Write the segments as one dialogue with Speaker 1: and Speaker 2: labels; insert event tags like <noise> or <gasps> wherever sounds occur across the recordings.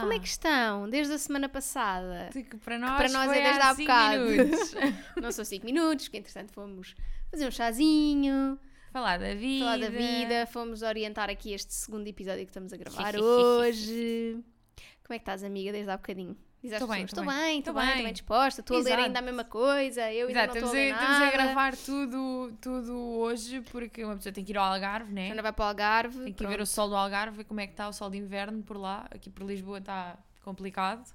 Speaker 1: Como é que estão? Desde a semana
Speaker 2: <laughs>
Speaker 1: passada.
Speaker 2: Que para nós,
Speaker 1: para nós
Speaker 2: foi
Speaker 1: é desde
Speaker 2: há
Speaker 1: há
Speaker 2: cinco
Speaker 1: bocado. <laughs>
Speaker 2: minutos.
Speaker 1: Não são 5 minutos, que entretanto fomos fazer um chazinho,
Speaker 2: Falar da vida.
Speaker 1: falar da vida, fomos orientar aqui este segundo episódio que estamos a
Speaker 2: <laughs>
Speaker 1: gravar hoje. Como é que estás, amiga, desde há bocadinho? Diz às
Speaker 2: Tô bem,
Speaker 1: pessoas,
Speaker 2: tô
Speaker 1: estou bem, estou bem, estou
Speaker 2: bem.
Speaker 1: bem disposta, estou a ler
Speaker 2: Exato.
Speaker 1: ainda a mesma coisa, eu ainda
Speaker 2: Exato,
Speaker 1: não estou a
Speaker 2: estamos a,
Speaker 1: ler
Speaker 2: estamos a
Speaker 1: nada.
Speaker 2: gravar tudo, tudo hoje porque uma pessoa tem que ir ao Algarve, né?
Speaker 1: Ana vai para o Algarve.
Speaker 2: Tem que ir ver o sol do Algarve, ver como é que está o sol de inverno por lá. Aqui por Lisboa está complicado.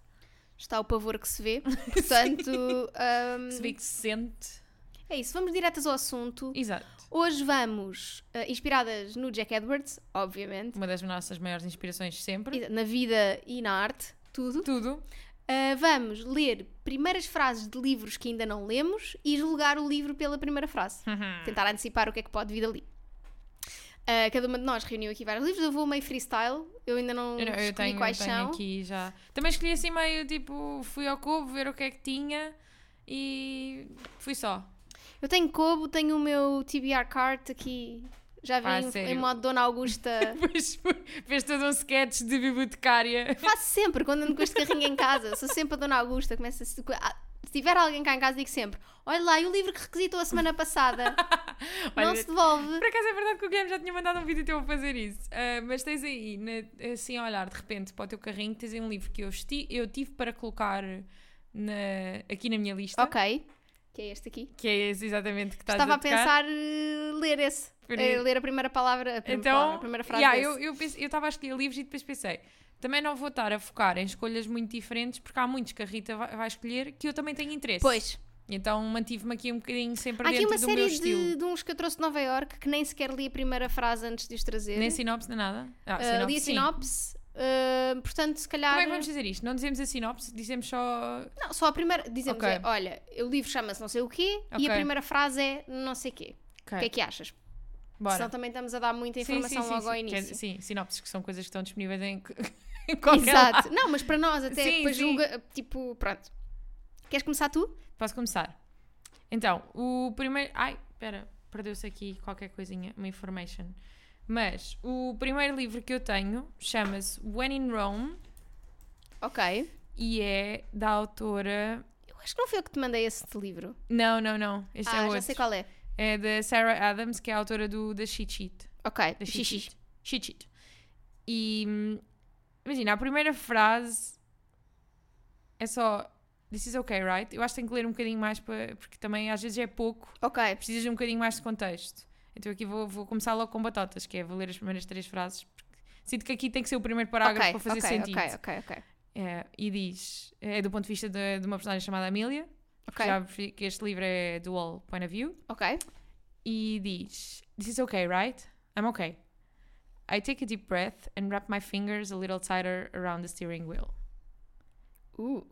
Speaker 1: Está o pavor que se
Speaker 2: <laughs>
Speaker 1: vê, portanto, <laughs> hum,
Speaker 2: Se vê que se sente.
Speaker 1: é isso, vamos diretas ao assunto.
Speaker 2: Exato.
Speaker 1: Hoje vamos, eh, inspiradas no Jack Edwards, obviamente,
Speaker 2: Uma das nossas maiores inspirações sempre.
Speaker 1: e na vida e na arte, tudo.
Speaker 2: Tudo.
Speaker 1: Uh, vamos ler primeiras frases de livros que ainda não lemos e julgar o livro pela primeira frase. Tentar antecipar o que é que pode vir dali. Uh, cada uma de nós reuniu aqui vários livros. Eu vou meio freestyle. Eu ainda não
Speaker 2: <laughs> Eu, não- eu
Speaker 1: escolhi
Speaker 2: tenho,
Speaker 1: quais
Speaker 2: tenho
Speaker 1: são.
Speaker 2: aqui já. Também escolhi assim meio tipo, fui ao cubo ver o que é que tinha e fui só.
Speaker 1: Eu tenho Kobo, tenho o meu TBR cart aqui. Já
Speaker 2: Pá,
Speaker 1: vi em, em
Speaker 2: Ah, sério?
Speaker 1: modo Dona
Speaker 2: <laughs>
Speaker 1: Augusta.
Speaker 2: Depois fui- fez todo um sketch de bibliotecária.
Speaker 1: Faço sempre quando ando com este carrinho em casa. Sou sempre a Dona Augusta. Começo a- se tiver alguém cá em casa, digo sempre: Olha lá, e o livro que requisitou a semana passada? não
Speaker 2: <laughs> Olha,
Speaker 1: se devolve.
Speaker 2: Por acaso é verdade que o Guilherme já tinha mandado um vídeo teu a fazer isso. Ah, mas tens aí, na- assim a olhar de repente para o teu carrinho, tens aí um livro que eu, esti- eu tive para colocar na- aqui na minha lista.
Speaker 1: Ok. Que é este aqui.
Speaker 2: Que é esse exatamente que estás
Speaker 1: Estava a
Speaker 2: a tocar.
Speaker 1: pensar eh, ler esse.
Speaker 2: Por
Speaker 1: Eh,
Speaker 2: isso.
Speaker 1: ler a primeira palavra, a primeira, palavra, a
Speaker 2: Então,
Speaker 1: primeira frase. é
Speaker 2: yeah,
Speaker 1: desse.
Speaker 2: eu eu pense- eu estava a escolher livros e depois pensei, também não vou estar a focar em escolhas muito diferentes, porque há muitos que a Rita vai, vai escolher que eu também tenho interesse.
Speaker 1: Pois,
Speaker 2: Então mantive-me aqui um bocadinho sempre
Speaker 1: há aqui
Speaker 2: dentro
Speaker 1: uma
Speaker 2: do meu
Speaker 1: série
Speaker 2: estilo.
Speaker 1: de, de uns que eu trouxe de Nova York que nem sequer li a primeira frase antes de os trazer.
Speaker 2: Nem sinopse, nem nada. Ah,
Speaker 1: Ah,
Speaker 2: sinopse,
Speaker 1: li a
Speaker 2: sim.
Speaker 1: sinopse. ah, portanto, se calhar.
Speaker 2: Como é que vamos fazer isto? Não dizemos a sinopse, dizemos só.
Speaker 1: Não, só a primeira. Dizemos,
Speaker 2: Ok.
Speaker 1: é, olha, o livro chama-se não sei o quê e
Speaker 2: Ok.
Speaker 1: a primeira frase é não sei quê. O que é que achas?
Speaker 2: Bora.
Speaker 1: Senão também estamos a dar muita
Speaker 2: Sim,
Speaker 1: informação
Speaker 2: sim, sim,
Speaker 1: logo ao
Speaker 2: sim. Quer
Speaker 1: início.
Speaker 2: dizer, Sim, sinopses que são coisas que <laughs> estão disponíveis em, em qualquer lado.
Speaker 1: Exato. Não, mas para nós até
Speaker 2: Sim,
Speaker 1: depois
Speaker 2: sim.
Speaker 1: julga. Tipo, pronto. Queres começar tu?
Speaker 2: Posso começar? Então, o primeiro. Ai, espera, perdeu-se aqui qualquer coisinha, uma information. Mas o primeiro livro que eu tenho chama-se When in Rome
Speaker 1: Ok.
Speaker 2: e é da autora.
Speaker 1: Eu acho que não foi eu que te mandei esse livro.
Speaker 2: Não, não, não. Este
Speaker 1: ah,
Speaker 2: é
Speaker 1: já
Speaker 2: outro.
Speaker 1: sei qual é.
Speaker 2: É da Sarah Adams, que é a autora do The Cheat Sheet.
Speaker 1: Ok.
Speaker 2: Da Cheat
Speaker 1: Xixi.
Speaker 2: Sheet. Cheat Sheet. E hum, imagina, a primeira frase é só This is okay, right? Eu acho que tenho que ler um bocadinho mais para, porque também às vezes é pouco
Speaker 1: Ok.
Speaker 2: precisas de um bocadinho mais de contexto. Então aqui vou, vou começar logo com batatas, que é vou ler as primeiras três frases, porque sinto que aqui tem que ser o primeiro parágrafo
Speaker 1: Ok,
Speaker 2: para fazer
Speaker 1: ok,
Speaker 2: sentido.
Speaker 1: ok, ok, ok.
Speaker 2: É, e diz, é do ponto de vista de, de uma personagem chamada Amelia,
Speaker 1: Ok.
Speaker 2: já vi que este livro é dual point of view,
Speaker 1: Ok.
Speaker 2: e diz, this is okay, right? I'm okay. I take a deep breath and wrap my fingers a little tighter around the steering wheel.
Speaker 1: Uh.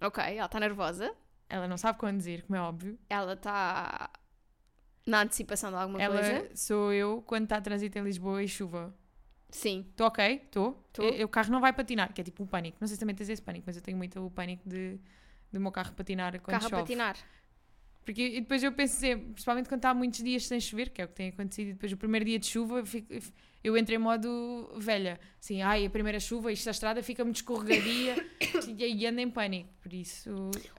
Speaker 1: Ok, ela está nervosa.
Speaker 2: Ela não sabe conduzir, como é óbvio.
Speaker 1: Ela está na antecipação de alguma
Speaker 2: Ela
Speaker 1: coisa.
Speaker 2: sou eu quando está a trânsito em Lisboa e chuva.
Speaker 1: Sim.
Speaker 2: Estou ok, estou.
Speaker 1: Tô.
Speaker 2: O carro não vai patinar, que é tipo um pânico. Não sei se também tens esse pânico, mas eu tenho muito o pânico de do meu carro patinar quando
Speaker 1: Carro
Speaker 2: chove.
Speaker 1: a patinar.
Speaker 2: Porque e depois eu penso sempre, principalmente quando está muitos dias sem chover, que é o que tem acontecido, e depois o primeiro dia de chuva eu, fico- eu entro em modo velha. Assim, ai, a primeira chuva, isto a estrada fica
Speaker 1: <coughs>
Speaker 2: muito escorregadia e aí ando em pânico. Por isso,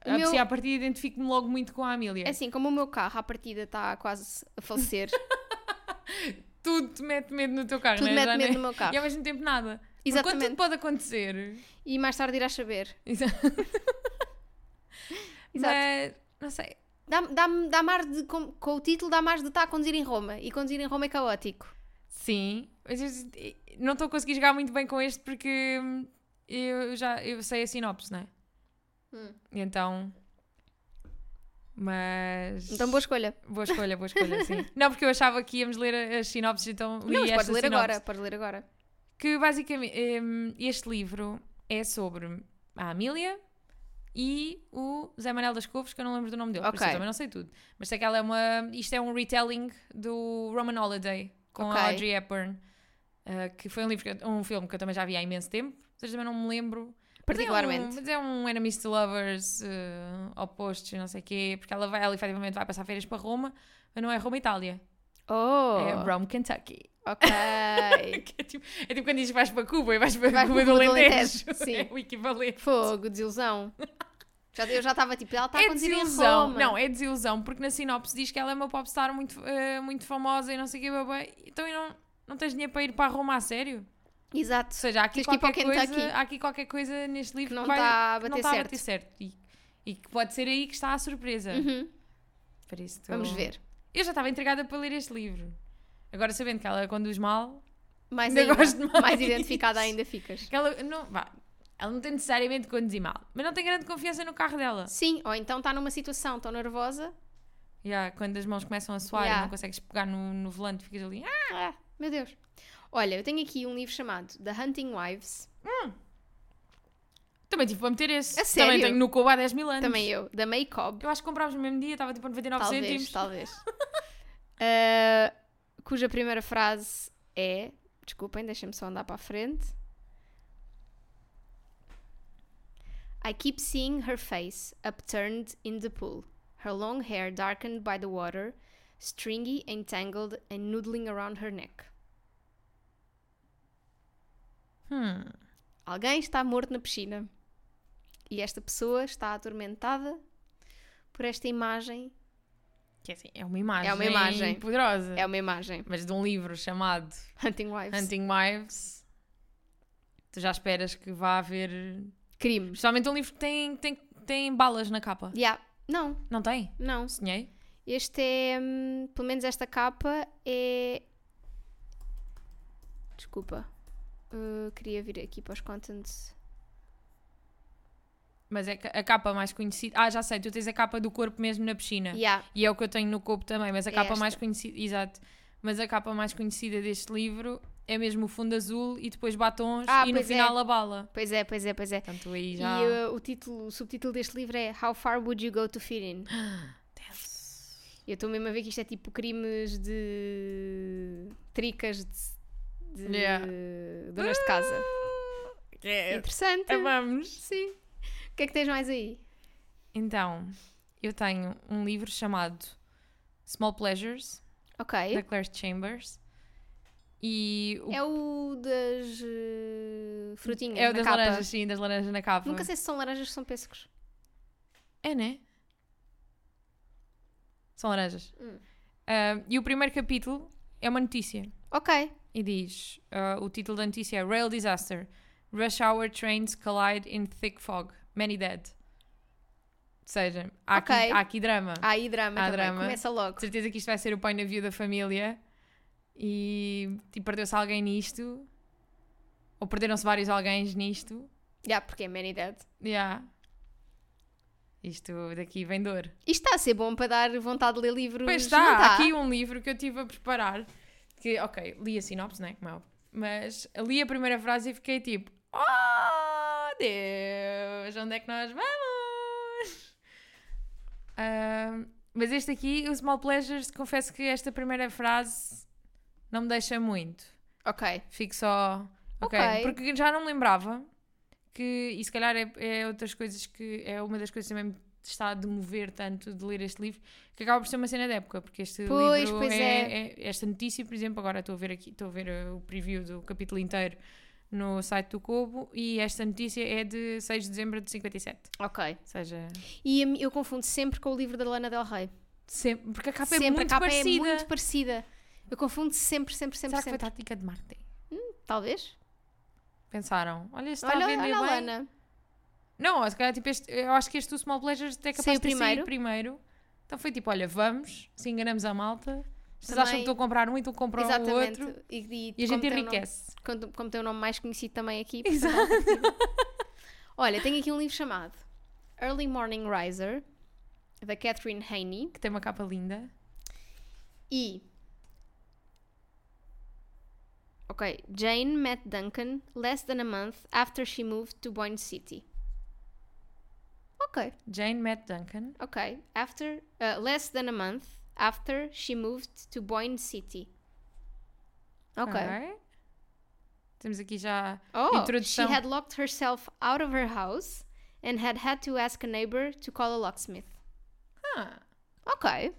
Speaker 1: O meu-
Speaker 2: assim, à partida identifico-me logo muito com a Amélia.
Speaker 1: É assim, como o meu carro à partida está quase a
Speaker 2: <laughs>
Speaker 1: falecer,
Speaker 2: Tudo te mete medo no teu carro,
Speaker 1: tudo
Speaker 2: não é? Já
Speaker 1: mete
Speaker 2: nem-
Speaker 1: medo no meu
Speaker 2: E
Speaker 1: carro.
Speaker 2: ao mesmo tempo nada. Porque Quando tudo
Speaker 1: Exatamente.
Speaker 2: pode acontecer.
Speaker 1: E mais tarde irás saber.
Speaker 2: Exato.
Speaker 1: Exato.
Speaker 2: <laughs> Mas, não sei.
Speaker 1: Dá-me dá-me- dá-me ar de. Com, com o título, dá-me ar de estar a conduzir em Roma. E conduzir em Roma é caótico.
Speaker 2: Sim. Mas eu- não estou a conseguir jogar muito bem com este porque hum, eu já eu sei a sinopse, não é?
Speaker 1: Hum.
Speaker 2: Então. Mas.
Speaker 1: Então, boa escolha.
Speaker 2: Boa escolha, boa
Speaker 1: <laughs>
Speaker 2: escolha, sim. não, porque eu achava que íamos ler a- as sinopses, então li
Speaker 1: Não, mas
Speaker 2: esta
Speaker 1: podes ler
Speaker 2: sinopse.
Speaker 1: agora. Podes ler agora.
Speaker 2: Que basicamente hum, este livro é sobre a Amília e o Zé Manuel das Couves, que eu não lembro do nome dele, por
Speaker 1: Ok.
Speaker 2: isso eu também não sei tudo. Mas sei que ela é uma. Isto é um retelling do Roman Holiday com
Speaker 1: Ok.
Speaker 2: a Audrey Hepburn, uh, que foi um, livro que eu- um filme que eu também já vi há imenso tempo, vocês também não me lembro. Mas é um-
Speaker 1: Particularmente.
Speaker 2: Mas é um, enemies to lovers, uh, opostos, não sei o quê, porque ela vai, ela efetivamente vai passar férias para Roma, mas não é Roma, Itália,
Speaker 1: Oh!
Speaker 2: é Rome, Kentucky.
Speaker 1: Ok.
Speaker 2: <laughs> É tipo, é tipo quando dizes vais para Cuba e vais para
Speaker 1: Vais
Speaker 2: Cuba
Speaker 1: para
Speaker 2: do
Speaker 1: Cuba do
Speaker 2: Alentejo.
Speaker 1: Alentejo, sim.
Speaker 2: É o equivalente.
Speaker 1: Fogo, desilusão. Já, eu já estava tipo, ela está a
Speaker 2: é
Speaker 1: conduzir em
Speaker 2: desilusão.
Speaker 1: Roma.
Speaker 2: Não, é desilusão, porque na sinopse diz que ela é uma popstar muito, eh, muito famosa e não sei o quê, babá. Então e não, não tens dinheiro para ir para Roma a sério?
Speaker 1: Exato.
Speaker 2: Ou seja, há aqui,
Speaker 1: Tens que ir para o
Speaker 2: qualquer coisa,
Speaker 1: Kentucky.
Speaker 2: há aqui qualquer coisa neste livro
Speaker 1: Que não
Speaker 2: vai-
Speaker 1: está a
Speaker 2: que não tá
Speaker 1: bater
Speaker 2: está
Speaker 1: certo.
Speaker 2: certo. E, e que pode ser aí que está a surpresa.
Speaker 1: Uhum,
Speaker 2: Por isso tô-
Speaker 1: Vamos ver.
Speaker 2: Eu já estava entregada para ler este livro. Agora sabendo que ela conduz mal,
Speaker 1: Mais,
Speaker 2: Ainda
Speaker 1: ainda,
Speaker 2: gosto
Speaker 1: mais.
Speaker 2: mais.
Speaker 1: identificada ainda ficas.
Speaker 2: que ela não, vá, ela não tem necessariamente de conduzir mal, mas não tem grande confiança no carro dela.
Speaker 1: Sim, ou então está numa situação tão nervosa.
Speaker 2: Yeah, quando as mãos começam a suar e
Speaker 1: Yeah.
Speaker 2: não consegues pegar no, no volante, ficas ali. "Ah!"
Speaker 1: Ah, meu Deus. Olha, eu tenho aqui um livro chamado The Hunting Wives,
Speaker 2: Também tive para meter esse.
Speaker 1: A
Speaker 2: Também
Speaker 1: sério?
Speaker 2: tenho no Cuba há 10 mil anos.
Speaker 1: também eu, da May Cobb,
Speaker 2: Eu acho que comprámos no mesmo dia, estava tipo a 99
Speaker 1: talvez,
Speaker 2: cêntimos.
Speaker 1: talvez. Ah, cuja primeira frase é. Desculpem, deixem-me só andar para a frente. I keep seeing her face upturned in the pool, her long hair darkened by the water, stringy and tangled and noodling around her neck.
Speaker 2: Hum.
Speaker 1: Alguém está morto na piscina e esta pessoa está atormentada por esta imagem.
Speaker 2: Que é assim, é uma imagem.
Speaker 1: É uma imagem.
Speaker 2: Poderosa.
Speaker 1: É uma imagem. <laughs>
Speaker 2: Mas de um livro chamado
Speaker 1: Hunting Wives.
Speaker 2: Hunting Wives, tu já esperas que vá haver.
Speaker 1: Crimes.
Speaker 2: Principalmente um livro que tem, tem, tem balas na capa.
Speaker 1: Yeah. Não,
Speaker 2: Não tem?
Speaker 1: não.
Speaker 2: Sonhei.
Speaker 1: Este é. hum, pelo menos esta capa é. Desculpa. Uh, queria vir aqui para os contents.
Speaker 2: Mas é ca- a capa mais conhecida. Ah, já sei, tu tens a capa do corpo mesmo na piscina.
Speaker 1: Yeah.
Speaker 2: E é o que eu tenho no corpo também, mas a
Speaker 1: É
Speaker 2: capa
Speaker 1: esta.
Speaker 2: mais conhecida. Exato. Mas a capa mais conhecida deste livro é mesmo o fundo azul e depois batons
Speaker 1: Ah,
Speaker 2: e no
Speaker 1: pois é.
Speaker 2: final a bala.
Speaker 1: Pois é, pois é, pois é.
Speaker 2: Portanto, aí já.
Speaker 1: E uh, o, título, o subtítulo deste livro é How Far Would You Go to Fit
Speaker 2: <gasps>
Speaker 1: In? Eu estou mesmo a ver que isto é tipo crimes de. tricas de. de
Speaker 2: Yeah.
Speaker 1: donas de casa.
Speaker 2: É,
Speaker 1: Interessante.
Speaker 2: amamos.
Speaker 1: Sim. O que é que tens mais aí?
Speaker 2: Então, eu tenho um livro chamado Small Pleasures,
Speaker 1: Ok.
Speaker 2: da Claire Chambers. E o-
Speaker 1: É o das eh, frutinhas.
Speaker 2: é o
Speaker 1: na
Speaker 2: das
Speaker 1: capa.
Speaker 2: laranjas, sim, das laranjas na capa.
Speaker 1: Nunca sei se são laranjas ou são pêssegos.
Speaker 2: É, né? São laranjas.
Speaker 1: Hum.
Speaker 2: Ah, e o primeiro capítulo é uma notícia.
Speaker 1: Ok.
Speaker 2: E diz: ah, o título da notícia é Rail Disaster. Rush hour trains collide in thick fog. Many dead. Ou seja, há,
Speaker 1: Ok.
Speaker 2: aqui, há aqui drama.
Speaker 1: Há aí drama
Speaker 2: Há
Speaker 1: também.
Speaker 2: drama.
Speaker 1: Começa logo.
Speaker 2: De certeza que isto vai ser o point of view da família. E, e perdeu-se alguém nisto. Ou perderam-se vários alguém nisto.
Speaker 1: Já, porque é Many Dead.
Speaker 2: Yeah. Isto daqui vem dor.
Speaker 1: Isto está a ser bom para dar vontade de ler livros.
Speaker 2: Pois
Speaker 1: não
Speaker 2: está,
Speaker 1: está?
Speaker 2: há aqui um livro que eu estive a preparar. Que, ok, li a sinopse, né? Como é óbvio. Mas li a primeira frase e fiquei tipo: Oh Deus, onde é que nós vamos? Ahm, mas este aqui, o Small Pleasures, confesso que esta primeira frase não me deixa muito.
Speaker 1: Ok.
Speaker 2: Fico só. ok.
Speaker 1: Ok.
Speaker 2: Porque já não me lembrava que, e se calhar é, é outras coisas que é uma das coisas que também me está a demover tanto de ler este livro, que acaba por ser uma cena da época, porque este
Speaker 1: Pois,
Speaker 2: livro
Speaker 1: pois
Speaker 2: é- esta notícia, por exemplo, agora estou a ver aqui, estou a ver eh, o preview do capítulo inteiro no site do Cobo e esta notícia é de 6 de dezembro de 57.
Speaker 1: Ok.
Speaker 2: Ou seja,
Speaker 1: E a mi- eu confundo sempre com o livro da Lana Del Rey.
Speaker 2: sempre, porque a capa
Speaker 1: sempre
Speaker 2: é muito
Speaker 1: a capa
Speaker 2: parecida.
Speaker 1: é muito parecida. Eu confundo sempre, sempre, sempre,
Speaker 2: Será que foi
Speaker 1: sempre.
Speaker 2: tática de marketing?
Speaker 1: Talvez.
Speaker 2: Pensaram, olha, isto está
Speaker 1: Olha,
Speaker 2: a vender
Speaker 1: olha a
Speaker 2: bem.
Speaker 1: Lana.
Speaker 2: Não, se calhar, tipo, este, eu acho que este do Small Pleasures até é capaz
Speaker 1: Saiu
Speaker 2: de ter
Speaker 1: primeiro?
Speaker 2: saído primeiro. Então foi tipo, olha, vamos, se enganamos a malta, vocês
Speaker 1: Também-
Speaker 2: acham que estou a comprar um, então compram o
Speaker 1: Exatamente.
Speaker 2: outro
Speaker 1: E,
Speaker 2: e a
Speaker 1: como tem o
Speaker 2: gente
Speaker 1: nome-
Speaker 2: enriquece.
Speaker 1: quando- como tem o nome mais conhecido também aqui.
Speaker 2: Exato.
Speaker 1: Olha, tenho aqui um livro chamado Early Morning Riser, da Catherine Haney,
Speaker 2: Que tem uma capa linda.
Speaker 1: e. Ok, Jane met Duncan less than a month after she moved to Boyne City. Ok,
Speaker 2: Jane Matt Duncan.
Speaker 1: ok. After, uh, less than a month after she moved to Boyne City. Ok.
Speaker 2: Ok. Temos aqui já
Speaker 1: Oh, she
Speaker 2: introdução.
Speaker 1: had locked herself out of her house and had had to ask a neighbor to call a locksmith.
Speaker 2: Ah,
Speaker 1: Ok.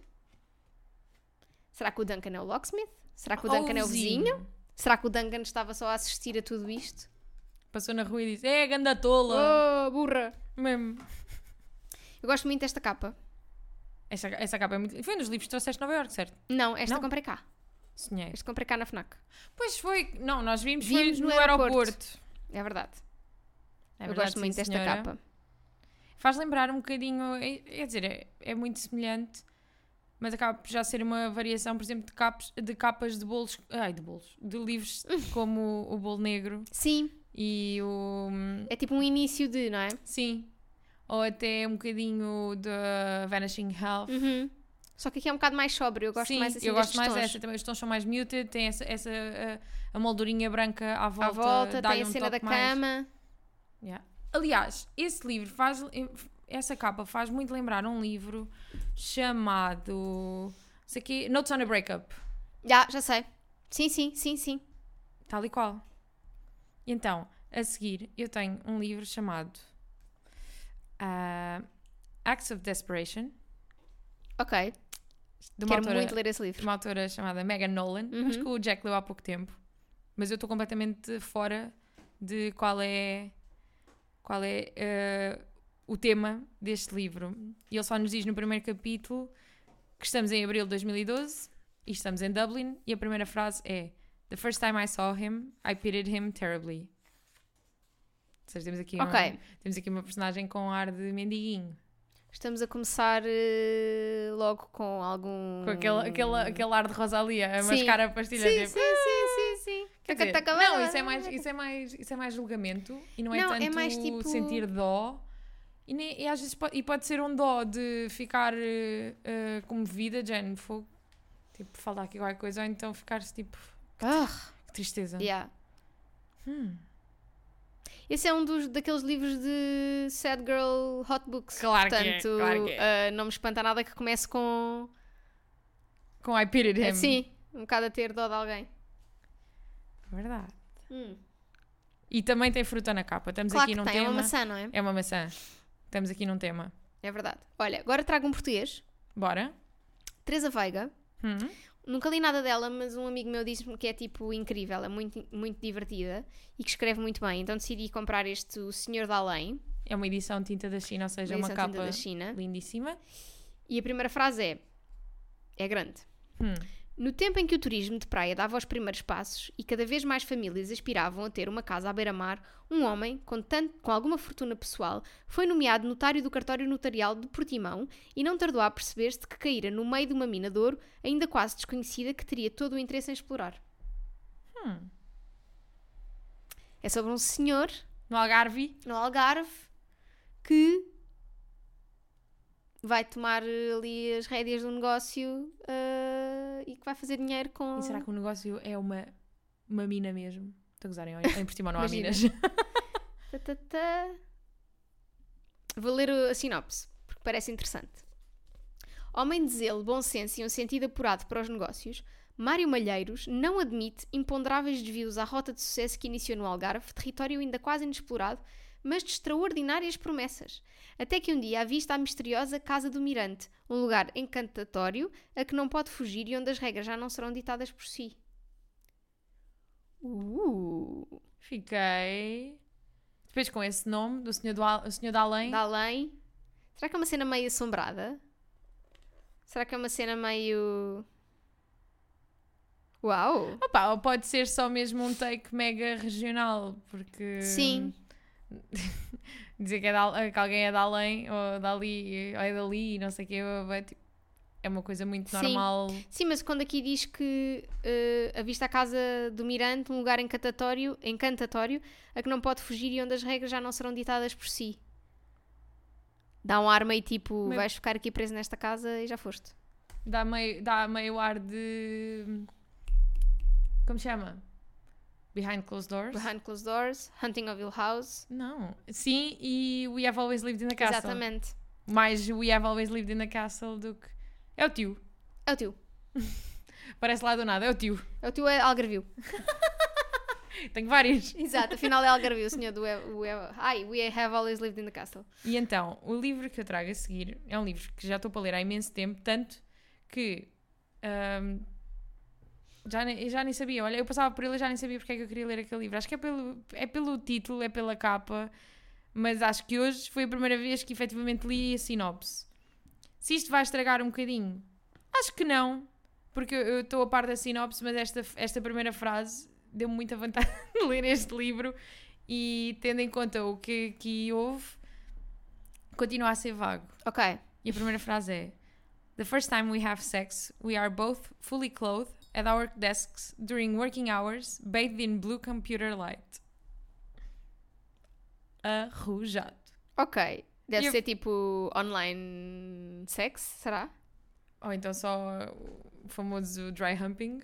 Speaker 1: Será que o Duncan é o locksmith? Será que o
Speaker 2: Ou
Speaker 1: Duncan é o vizinho? Será que o Duncan estava só a assistir a tudo isto?
Speaker 2: Passou na rua e disse: É, ganda tola!
Speaker 1: Oh, burra!
Speaker 2: Mesmo.
Speaker 1: Eu gosto muito desta capa.
Speaker 2: Essa, essa capa é muito. Foi nos livros que trouxeste de Nova York, certo?
Speaker 1: Não, esta
Speaker 2: Não.
Speaker 1: comprei cá.
Speaker 2: Sonhei.
Speaker 1: Esta comprei cá na FNAC.
Speaker 2: Pois foi. Não, nós vimos, foi
Speaker 1: Vimos
Speaker 2: no,
Speaker 1: no
Speaker 2: aeroporto.
Speaker 1: aeroporto. É verdade.
Speaker 2: É
Speaker 1: Eu
Speaker 2: verdade,
Speaker 1: gosto
Speaker 2: sim,
Speaker 1: muito desta
Speaker 2: senhora.
Speaker 1: capa.
Speaker 2: Faz lembrar um bocadinho. é- Quer dizer, é, é muito semelhante, mas acaba por já ser uma variação, por exemplo, de, capas de capas de bolos. Ai, de bolos. De
Speaker 1: <laughs>
Speaker 2: livros como o, o Bolo Negro
Speaker 1: Sim,
Speaker 2: e o.
Speaker 1: é tipo um início de, não é?
Speaker 2: Sim. Ou até um bocadinho da Vanishing Health.
Speaker 1: Uhum. Só que aqui é um bocado mais sóbrio. Eu gosto
Speaker 2: Sim,
Speaker 1: mais assim
Speaker 2: eu
Speaker 1: destes
Speaker 2: gosto mais
Speaker 1: tons.
Speaker 2: dessa também. Os tons são mais muted, tem essa, essa uh, a, moldurinha branca à volta,
Speaker 1: à volta,
Speaker 2: dá-lhe
Speaker 1: tem a
Speaker 2: um
Speaker 1: cena da
Speaker 2: toque mais-
Speaker 1: cama.
Speaker 2: Yeah. Aliás, esse livro faz essa capa faz muito lembrar um livro chamado não sei quê, Notes on a Breakup,
Speaker 1: Já, já sei. Sim, sim, sim, sim.
Speaker 2: tal e qual. E então, a seguir, eu tenho um livro chamado ah, Acts of Desperation,
Speaker 1: Ok.
Speaker 2: de uma
Speaker 1: Quero
Speaker 2: autora
Speaker 1: muito ler esse livro.
Speaker 2: de uma autora chamada Megan Nolan. Acho
Speaker 1: Uhum.
Speaker 2: que o Jack leu há pouco tempo. Mas eu estou completamente fora de qual é qual é eh, o tema deste livro. E ele só nos diz no primeiro capítulo que estamos em abril de 2012 e estamos em Dublin e a primeira frase é The first time I saw him, I pitied him terribly. Ou seja, temos aqui, uma-
Speaker 1: Ok.
Speaker 2: temos aqui uma personagem com um ar de mendiguinho.
Speaker 1: Estamos a começar eh, logo com algum.
Speaker 2: Com aquele, aquele, aquele ar de Rosalia a
Speaker 1: Hum. Sim.
Speaker 2: mascar a pastilha.
Speaker 1: Sim, sim,
Speaker 2: tipo,
Speaker 1: sim, sim, sim.
Speaker 2: Quer
Speaker 1: Taca,
Speaker 2: dizer,
Speaker 1: taca,
Speaker 2: não,
Speaker 1: vai,
Speaker 2: isso
Speaker 1: vai,
Speaker 2: é, mais,
Speaker 1: tá né? vai,
Speaker 2: isso, é mais, isso é mais julgamento e não é
Speaker 1: Não, é
Speaker 2: tanto
Speaker 1: mais tipo-
Speaker 2: sentir dó. E, nem- e às vezes pode, e pode ser um dó de ficar eh, eh, comovida, Jane, fogo. Tipo, falar aqui qualquer coisa, ou então ficar-se tipo,
Speaker 1: Ah,
Speaker 2: que tristeza.
Speaker 1: yeah.
Speaker 2: Hum.
Speaker 1: Esse é um dos, daqueles livros de Sad Girl Hot Books.
Speaker 2: Claro que é,
Speaker 1: Portanto,
Speaker 2: claro que é.
Speaker 1: ah, não me espanta nada que comece com.
Speaker 2: Com I pitied him.
Speaker 1: Sim, um bocado a ter dó de alguém.
Speaker 2: É Verdade.
Speaker 1: Hum.
Speaker 2: E também tem fruta na capa. Estamos
Speaker 1: Claro
Speaker 2: aqui
Speaker 1: que
Speaker 2: num
Speaker 1: tem, é
Speaker 2: tema.
Speaker 1: uma maçã, não é?
Speaker 2: É uma maçã. Estamos aqui num tema.
Speaker 1: É verdade. Olha, agora trago um português.
Speaker 2: Bora?
Speaker 1: Teresa Veiga.
Speaker 2: Hum.
Speaker 1: Nunca li nada dela, mas um amigo meu disse-me que é tipo incrível, é muito, muito divertida e que escreve muito bem. Então decidi comprar este O Senhor da Além,
Speaker 2: É uma edição tinta da China, ou seja,
Speaker 1: uma
Speaker 2: é uma
Speaker 1: edição
Speaker 2: capa
Speaker 1: tinta da China.
Speaker 2: lindíssima.
Speaker 1: E a primeira frase é: é grande.
Speaker 2: Hum.
Speaker 1: No tempo em que o turismo de praia dava os primeiros passos e cada vez mais famílias aspiravam a ter uma casa à beira-mar, um homem, com, tanto, com alguma fortuna pessoal, foi nomeado notário do cartório notarial de Portimão e não tardou a perceber-se de que caíra no meio de uma mina de ouro ainda quase desconhecida que teria todo o interesse em explorar.
Speaker 2: Hum.
Speaker 1: É sobre um senhor
Speaker 2: No Algarve.
Speaker 1: no Algarve que vai tomar eh, ali as rédeas do negócio eh, e que vai fazer dinheiro com.
Speaker 2: E será que o negócio é uma, uma mina mesmo? Estou a gozar, em, em Portimão não há
Speaker 1: Imagina.
Speaker 2: minas. <laughs>
Speaker 1: Tá, tá, tá. Vou ler o- a sinopse, porque parece interessante. Homem de zelo, bom senso e um sentido apurado para os negócios, Mário Malheiros não admite imponderáveis desvios à rota de sucesso que iniciou no Algarve, território ainda quase inexplorado, mas de extraordinárias promessas. Até que um dia avista a misteriosa Casa do Mirante, um lugar encantatório a que não pode fugir e onde as regras já não serão ditadas por si. Uh,
Speaker 2: Fiquei. Depois com esse nome, do Senhor, do Al- o senhor da Além.
Speaker 1: de além. Será que é uma cena meio assombrada? Será que é uma cena meio. Uau!
Speaker 2: Opa, ou pode ser só mesmo um take mega regional, porque.
Speaker 1: Sim.
Speaker 2: Dizer que, é de Al- que alguém é da Além, ou dali, ou é dali, e não sei o quê, ou- é, tipo, é uma coisa muito
Speaker 1: Sim.
Speaker 2: normal.
Speaker 1: Sim, mas quando aqui diz que eh, avista a casa do Mirante, um lugar encantatório, encantatório, a que não pode fugir e onde as regras já não serão ditadas por si. Dá um ar meio tipo,
Speaker 2: Meio-
Speaker 1: vais ficar aqui preso nesta casa e já foste.
Speaker 2: Dá meio, dá meio ar de. Como se chama? Behind closed doors?
Speaker 1: Behind closed doors, Hunting of Hill House.
Speaker 2: Não. Sim, e We Have Always Lived in the Castle.
Speaker 1: Exatamente.
Speaker 2: Mais We Have Always Lived in the Castle do que. É o tio.
Speaker 1: É o teu.
Speaker 2: Parece lá do nada, é o tio.
Speaker 1: É o teu é Algarvio.
Speaker 2: Tenho vários.
Speaker 1: Exato, afinal é Algarve, o senhor do We, We, Ai, We Have Always Lived in the Castle.
Speaker 2: E então, o livro que eu trago a seguir é um livro que já estou para ler há imenso tempo, tanto que. ahm, Já nem, eu já nem sabia. Olha, eu passava por ele e já nem sabia porque é que eu queria ler aquele livro. Acho que é pelo, é pelo título, é pela capa, mas acho que hoje foi a primeira vez que efetivamente li a sinopse. Se isto vai estragar um bocadinho, acho que não, porque eu- eu estou a par da sinopse, mas esta, esta primeira frase deu-me muita vontade <laughs> de ler este livro e tendo em conta o que, que houve, continua a ser vago.
Speaker 1: Ok.
Speaker 2: E a primeira frase é: The first time we have sex, we are both fully clothed at our desks during working hours, bathed in blue computer light. Arrujado.
Speaker 1: Ok. Deve
Speaker 2: Eu-
Speaker 1: ser tipo online sex, será?
Speaker 2: Ou então só o famoso dry humping.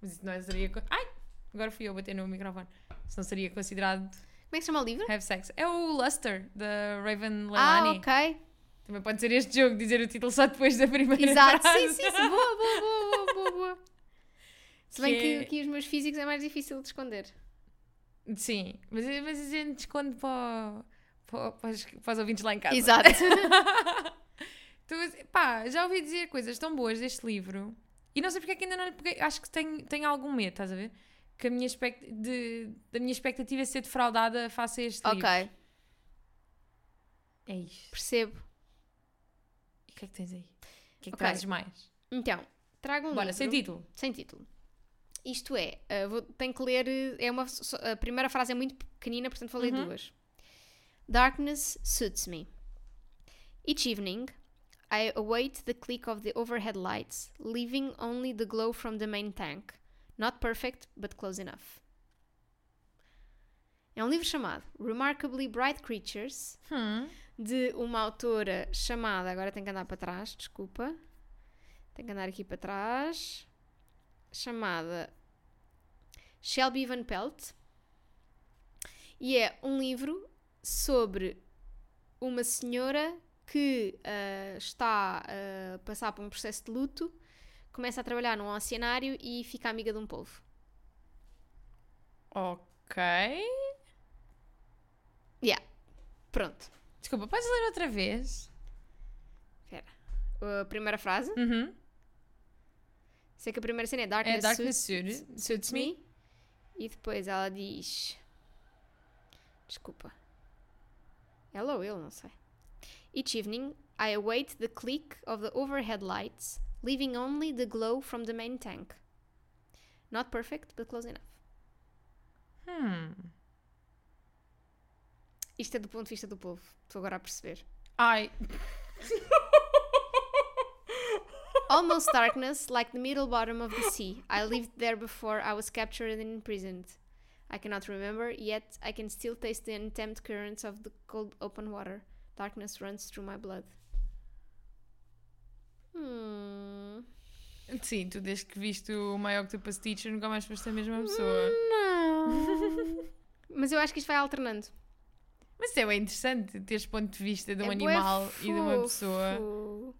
Speaker 2: Mas isso não é- seria. co- Ai! Agora fui eu bater no microfone. Isso não seria considerado
Speaker 1: Como é que se chama o livro?
Speaker 2: have sex. É o Luster, da Raven
Speaker 1: Ah,
Speaker 2: Leilani.
Speaker 1: ok.
Speaker 2: Também pode ser este jogo, dizer o título só depois da primeira
Speaker 1: Exato.
Speaker 2: frase.
Speaker 1: Sim, sim,
Speaker 2: <laughs>
Speaker 1: sim. Boa, boa, boa, boa, boa, boa. Se bem
Speaker 2: Que é-
Speaker 1: que aqui os meus físicos é mais difícil de esconder.
Speaker 2: Sim, mas, mas a gente esconde para, para, para, os, para os ouvintes lá em casa. <laughs>
Speaker 1: Exato.
Speaker 2: Tu- pá, já ouvi dizer coisas tão boas deste livro e não sei porque é que ainda não lhe peguei. Acho que tenho, tenho algum medo, estás a ver? Que a minha, expect, de, da minha expectativa é ser defraudada face a este livro.
Speaker 1: ok.
Speaker 2: É isto.
Speaker 1: Percebo.
Speaker 2: E o que é que tens aí? O que é que
Speaker 1: Ok.
Speaker 2: trazes mais?
Speaker 1: Então, trago um
Speaker 2: Bora,
Speaker 1: livro.
Speaker 2: sem título.
Speaker 1: Sem título. Isto é, uh, vou- tenho que ler. uh, É uma, só- a primeira frase é muito pequenina, portanto vou ler duas. Darkness suits me. Each evening, I await the click of the overhead lights, leaving only the glow from the main tank. Not perfect, but close enough. É um livro chamado Remarkably Bright Creatures,
Speaker 2: Hum.
Speaker 1: de uma autora chamada. Agora tenho que andar para trás, desculpa. Tenho que andar aqui para trás. Chamada Shelby Van Pelt. E é um livro sobre uma senhora que ah, está a passar por um processo de luto, começa a trabalhar num oceanário e fica amiga de um polvo.
Speaker 2: Ok.
Speaker 1: Yeah. Pronto.
Speaker 2: Desculpa, podes ler outra vez?
Speaker 1: A primeira frase.
Speaker 2: Uhum.
Speaker 1: Sei que a primeira cena é
Speaker 2: É
Speaker 1: Darkness,
Speaker 2: Darkness
Speaker 1: Suits-
Speaker 2: Suits, suits Me.
Speaker 1: me. E depois ela diz. Desculpa. Ela ou eu, não sei. Each evening, I await the click of the overhead lights, leaving only the glow from the main tank. Not perfect, but close enough.
Speaker 2: Hum.
Speaker 1: Isto é do ponto de vista do povo. Estou agora a perceber.
Speaker 2: Ai.
Speaker 1: Almost darkness, like the middle bottom of the sea. I lived there before I was captured and imprisoned. I cannot remember, yet I can still taste the untamed currents of the cold open water. Darkness runs through my blood. Hmm.
Speaker 2: Sim, tu desde que viste o My Octopus Teacher nunca mais foste a mesma pessoa.
Speaker 1: Não. <laughs> Mas eu acho que isto vai alternando.
Speaker 2: Mas é bem interessante teres ponto de vista de um
Speaker 1: É bué
Speaker 2: animal e de uma
Speaker 1: fofo.
Speaker 2: pessoa.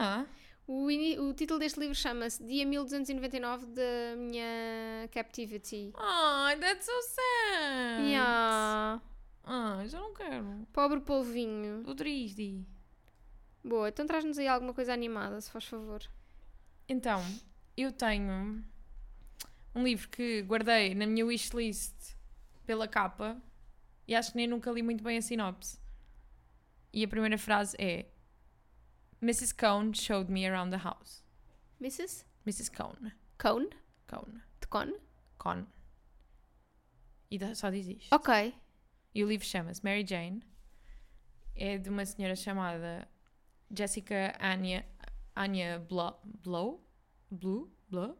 Speaker 2: Ah,
Speaker 1: O, ini- o título deste livro chama-se Dia e 1299 da minha Captivity.
Speaker 2: oh, that's so sad.
Speaker 1: Yeah.
Speaker 2: Ah, já não quero.
Speaker 1: Pobre polvinho.
Speaker 2: Estou triste.
Speaker 1: Boa, então traz-nos aí alguma coisa animada, se faz favor.
Speaker 2: Então, eu tenho um livro que guardei na minha wishlist pela capa e acho que nem nunca li muito bem a sinopse. E a primeira frase é Mrs. Cone showed me around the house.
Speaker 1: Mrs.
Speaker 2: Mrs. Cone.
Speaker 1: Cone?
Speaker 2: Cone.
Speaker 1: De Cone?
Speaker 2: Cone. E dá- só diz isto.
Speaker 1: Ok.
Speaker 2: E o livro chama-se Mary Jane. É de uma senhora chamada Jessica Anya, Anya Blo- Blow? Blue? Blow?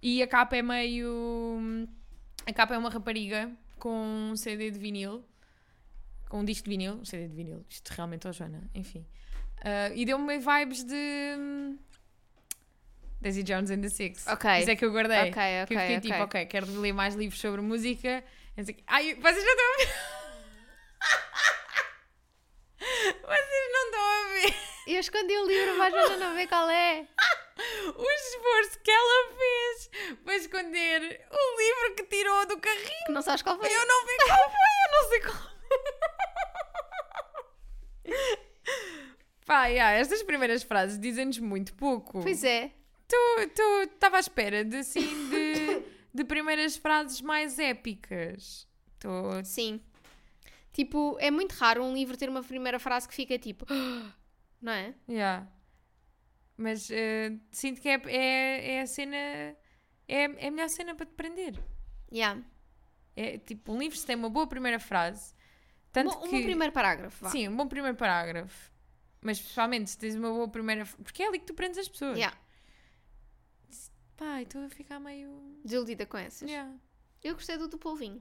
Speaker 2: E a capa é meio. A capa é uma rapariga com um CD de vinil. Com um disco de vinil. Um CD de vinil. Isto realmente é o Joana. Enfim. Ah, e deu-me meio vibes de. hum, Daisy Jones and the Six.
Speaker 1: Ok.
Speaker 2: Isso é que eu
Speaker 1: Ok,
Speaker 2: guardei.
Speaker 1: ok,
Speaker 2: Que eu fiquei
Speaker 1: ok.
Speaker 2: tipo, ok, quero ler mais livros sobre música. Não sei o quê. Ai, vocês não estão a ver. <laughs> vocês não estão a ver
Speaker 1: Eu escondi o livro, mas ela não vê qual é.
Speaker 2: o esforço que ela fez para esconder o livro que tirou do carrinho.
Speaker 1: Que não sabes qual foi.
Speaker 2: Eu não vi qual foi, eu não sei qual. Pá, yeah, estas primeiras frases dizem-nos muito pouco.
Speaker 1: Pois é.
Speaker 2: Estava à espera de assim de, de primeiras frases mais épicas. Tô...
Speaker 1: Sim. Tipo, é muito raro um livro ter uma primeira frase que fica tipo. <gasps> Não é?
Speaker 2: Yeah. Mas eh, sinto que é, é, é a cena. É, é a melhor cena para te prender.
Speaker 1: Yeah.
Speaker 2: É tipo, um livro se tem uma boa primeira frase. Tanto
Speaker 1: um, um
Speaker 2: que.
Speaker 1: bom primeiro parágrafo. Vá.
Speaker 2: Sim, um bom primeiro parágrafo. Mas principalmente se tens uma boa primeira. Porque é ali que tu prendes as pessoas.
Speaker 1: Yeah.
Speaker 2: Pá, estou a ficar meio.
Speaker 1: Desiludida com essas.
Speaker 2: Yeah.
Speaker 1: Eu gostei do do polvinho.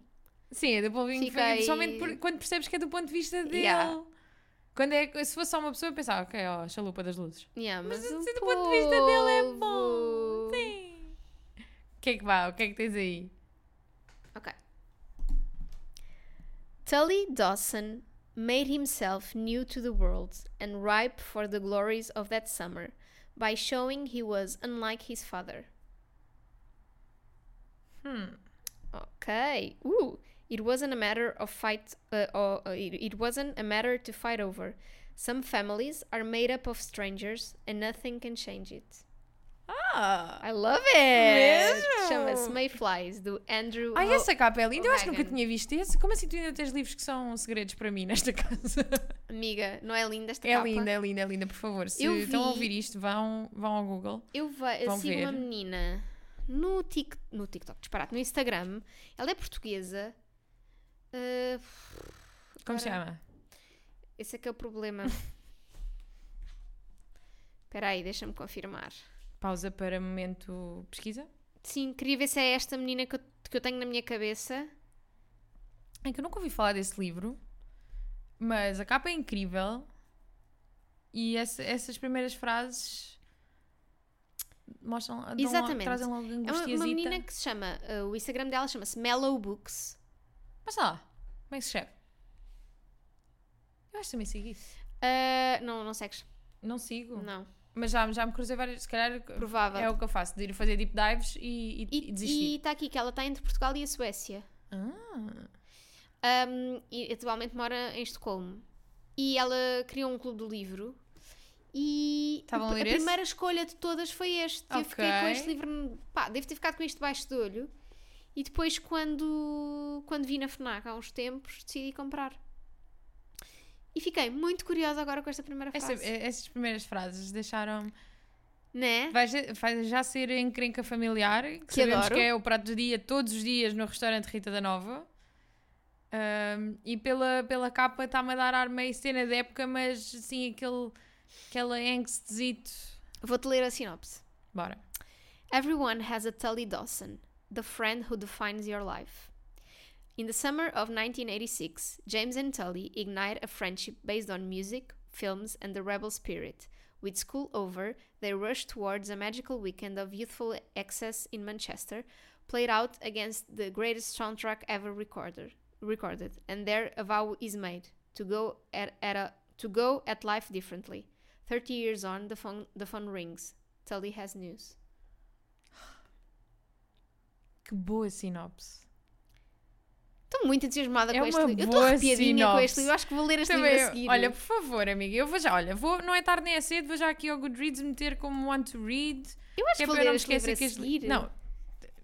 Speaker 2: Sim, é do polvinho
Speaker 1: Fica
Speaker 2: foi
Speaker 1: aí-
Speaker 2: principalmente por- quando percebes que é do ponto de vista dele.
Speaker 1: Yeah.
Speaker 2: Quando é, se fosse só uma pessoa, eu pensava, ok, ó, a chalupa das luzes.
Speaker 1: Yeah, mas
Speaker 2: Mas,
Speaker 1: um
Speaker 2: assim, do ponto de vista dele é bom.
Speaker 1: polvo.
Speaker 2: Sim. O que é que vá? O que é que tens aí?
Speaker 1: Ok. Tully Dawson made himself new to the world and ripe for the glories of that summer by showing he was unlike his father.
Speaker 2: Hum.
Speaker 1: Okay. Ooh. It wasn't a matter of fight. Uh, or, uh, it, it wasn't a matter to fight over. Some families are made up of strangers, and nothing can change it.
Speaker 2: Ah!
Speaker 1: I love it.
Speaker 2: Mesmo?
Speaker 1: Chama-se Mayflies do Andrew.
Speaker 2: Ah,
Speaker 1: Ho-
Speaker 2: essa capa é linda. Eu acho que nunca
Speaker 1: Reagan.
Speaker 2: tinha visto esse. Como assim tu ainda tens livros que são segredos para mim nesta <laughs> casa?
Speaker 1: Amiga, não é linda esta
Speaker 2: É
Speaker 1: capa?
Speaker 2: linda, é linda, é linda. Por favor, se
Speaker 1: Eu
Speaker 2: estão a
Speaker 1: vi-
Speaker 2: ouvir isto, vão, vão ao Google.
Speaker 1: Eu, ve- eu
Speaker 2: Vão
Speaker 1: sigo uma
Speaker 2: ver.
Speaker 1: menina no, tic, no TikTok, disparate, no Instagram. Ela é portuguesa. Uh,
Speaker 2: Como se
Speaker 1: Agora-
Speaker 2: chama?
Speaker 1: esse é que é o
Speaker 2: <laughs>
Speaker 1: problema. Espera aí, deixa-me confirmar.
Speaker 2: Pausa para momento pesquisa.
Speaker 1: Sim, queria ver se é esta menina que eu, que eu tenho na minha cabeça.
Speaker 2: É que eu nunca ouvi falar desse livro, mas a capa é incrível e essa- essas primeiras frases mostram, dão logo-
Speaker 1: Exatamente.
Speaker 2: trazem logo
Speaker 1: É uma,
Speaker 2: angustiazita.
Speaker 1: uma menina que se chama, uh, o Instagram dela chama-se Mellow Books.
Speaker 2: Mas sei lá, como é que se escreve? Eu acho que também sigo isso.
Speaker 1: Uh, não, não segues.
Speaker 2: Não sigo,
Speaker 1: Não,
Speaker 2: mas já, já me cruzei várias, se calhar
Speaker 1: provável.
Speaker 2: Hum. é o que eu faço, de ir fazer deep dives e, e- e
Speaker 1: E
Speaker 2: desistir.
Speaker 1: está aqui que ela está entre Portugal e a Suécia.
Speaker 2: Ah,
Speaker 1: Um, e atualmente mora em Estocolmo. E ela criou um clube do livro. E
Speaker 2: Estavam a
Speaker 1: a
Speaker 2: ler esse?
Speaker 1: primeira escolha de todas foi este. Eu fiquei com
Speaker 2: Tá Ok.
Speaker 1: este livro. Pá, devo ter ficado com isto debaixo do olho. E depois, quando, quando vi na Fnac há uns tempos, decidi comprar. E fiquei muito curiosa agora com esta primeira
Speaker 2: essa- é-
Speaker 1: frase.
Speaker 2: essas primeiras frases deixaram
Speaker 1: Né?
Speaker 2: Vai, já- vai já ser encrenca familiar, que, sabemos
Speaker 1: adoro.
Speaker 2: que é o prato do dia todos os dias no restaurante Rita da Nova. Ahm, e pela, pela capa está-me a dar ar meio cena de época, mas assim, aquele, aquele angstzito.
Speaker 1: Vou-te ler a sinopse.
Speaker 2: Bora.
Speaker 1: Everyone has a Tully Dawson, the friend who defines your life. In the summer of 1986, James and Tully ignite a friendship based on music, films, and the rebel spirit. With school over, they rush towards a magical weekend of youthful excess in Manchester, played out against the greatest soundtrack ever recorded, recorded and their vow is made to go at, at a, to go at life differently. 30 years on, the phone, the phone rings. Tully has news.
Speaker 2: Que boa sinopse.
Speaker 1: Estou muito entusiasmada
Speaker 2: É
Speaker 1: com este
Speaker 2: uma
Speaker 1: livro. Eu estou
Speaker 2: boa
Speaker 1: arrepiadinha com este
Speaker 2: sinopse.
Speaker 1: livro. Eu acho que vou ler este livro a
Speaker 2: Também,
Speaker 1: seguir.
Speaker 2: olha, por favor, amiga, eu vou já, olha, vou, não é tarde nem é cedo, vou já aqui ao Goodreads meter como want to read.
Speaker 1: eu acho
Speaker 2: que
Speaker 1: que
Speaker 2: é
Speaker 1: vou
Speaker 2: para eu
Speaker 1: ler
Speaker 2: não me
Speaker 1: este livro
Speaker 2: esquecer
Speaker 1: a
Speaker 2: que este
Speaker 1: seguir.
Speaker 2: li- Não,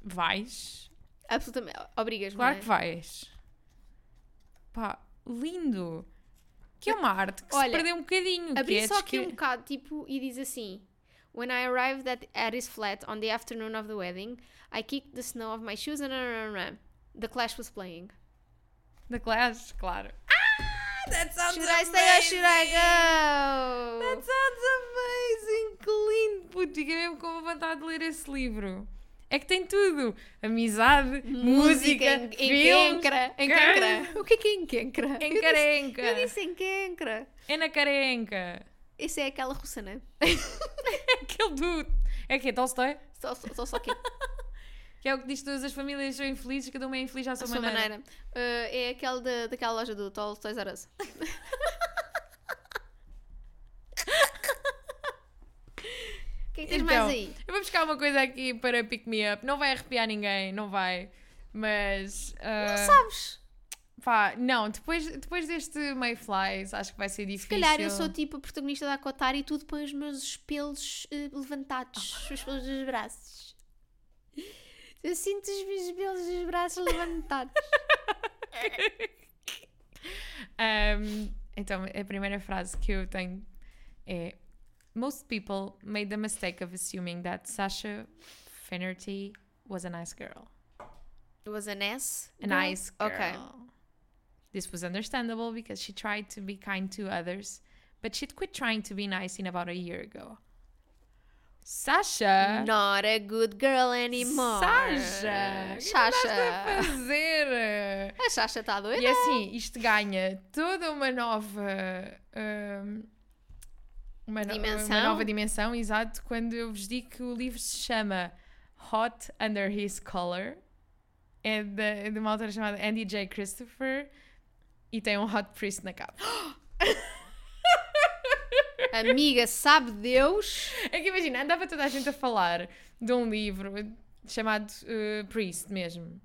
Speaker 2: vais.
Speaker 1: Absolutamente. Obrigas-me.
Speaker 2: Claro
Speaker 1: não é?
Speaker 2: que vais. Pá, lindo. Que é uma arte que
Speaker 1: Olha,
Speaker 2: se perdeu um bocadinho. que
Speaker 1: Abri
Speaker 2: é
Speaker 1: só aqui um
Speaker 2: descre-
Speaker 1: bocado, tipo, e diz assim... When I arrived at, at his flat on the afternoon of the wedding, I kicked the snow off my shoes and... The Clash was playing.
Speaker 2: Da Clash, claro. Ah, that sounds
Speaker 1: Should I stay or should I
Speaker 2: That
Speaker 1: go?
Speaker 2: sounds amazing. Que lindo, puto. Fiquei mesmo com vontade de ler esse livro. É que tem tudo. Amizade, música,
Speaker 1: en-
Speaker 2: filmes.
Speaker 1: enquencra. Enquencra. O que é que é enquencra? Eu disse-
Speaker 2: Encarenca.
Speaker 1: Eu disse enquencra.
Speaker 2: É na carenca. <laughs>
Speaker 1: Essa é aquela russa, não é?
Speaker 2: Aquele do... É que é Tolstói?
Speaker 1: Só, só, só, só que
Speaker 2: Que é o que diz que todas as famílias são infelizes, cada uma é infeliz à sua,
Speaker 1: A sua
Speaker 2: maneira.
Speaker 1: maneira. Uh, é aquele da daquela loja do Tol Toys R <laughs> Us. O que é que tens mais
Speaker 2: Então,
Speaker 1: aí?
Speaker 2: Eu vou buscar uma coisa aqui para
Speaker 1: eh,
Speaker 2: pick me up. Não vai arrepiar ninguém, não vai. Mas. ah,
Speaker 1: Sabes?
Speaker 2: Pá, não, depois, depois deste Mayflies, acho que vai
Speaker 1: Se
Speaker 2: ser difícil.
Speaker 1: calhar eu sou tipo a protagonista da Kotar e tu depois os meus pelos eh, levantados, os pelos dos braços. Eu sinto os meus pelos dos braços <laughs> levantados.
Speaker 2: Ahm, então, a primeira frase que eu tenho é: Most people made the mistake of assuming that Sasha Finnerty was a nice girl.
Speaker 1: Was an S?
Speaker 2: A nice girl.
Speaker 1: Ok.
Speaker 2: This was understandable because she tried to be kind to others, but she'd quit trying to be nice in about a year ago. <laughs> Sasha!
Speaker 1: Not a good girl anymore.
Speaker 2: Sasha! O que andaste a
Speaker 1: Sasha!
Speaker 2: fazer?
Speaker 1: A Sasha está doida?
Speaker 2: E assim, isto ganha toda uma nova. hum, uma, no-
Speaker 1: Dimensão.
Speaker 2: uma nova dimensão, exato, quando eu vos digo que o livro se chama Hot Under His Collar. É de, é de uma autora chamada Andy J. Christopher e tem um Hot Priest na capa.
Speaker 1: Amiga, sabe Deus?
Speaker 2: <laughs> É que imagina, andava toda a gente a falar de um livro chamado eh, Priest mesmo.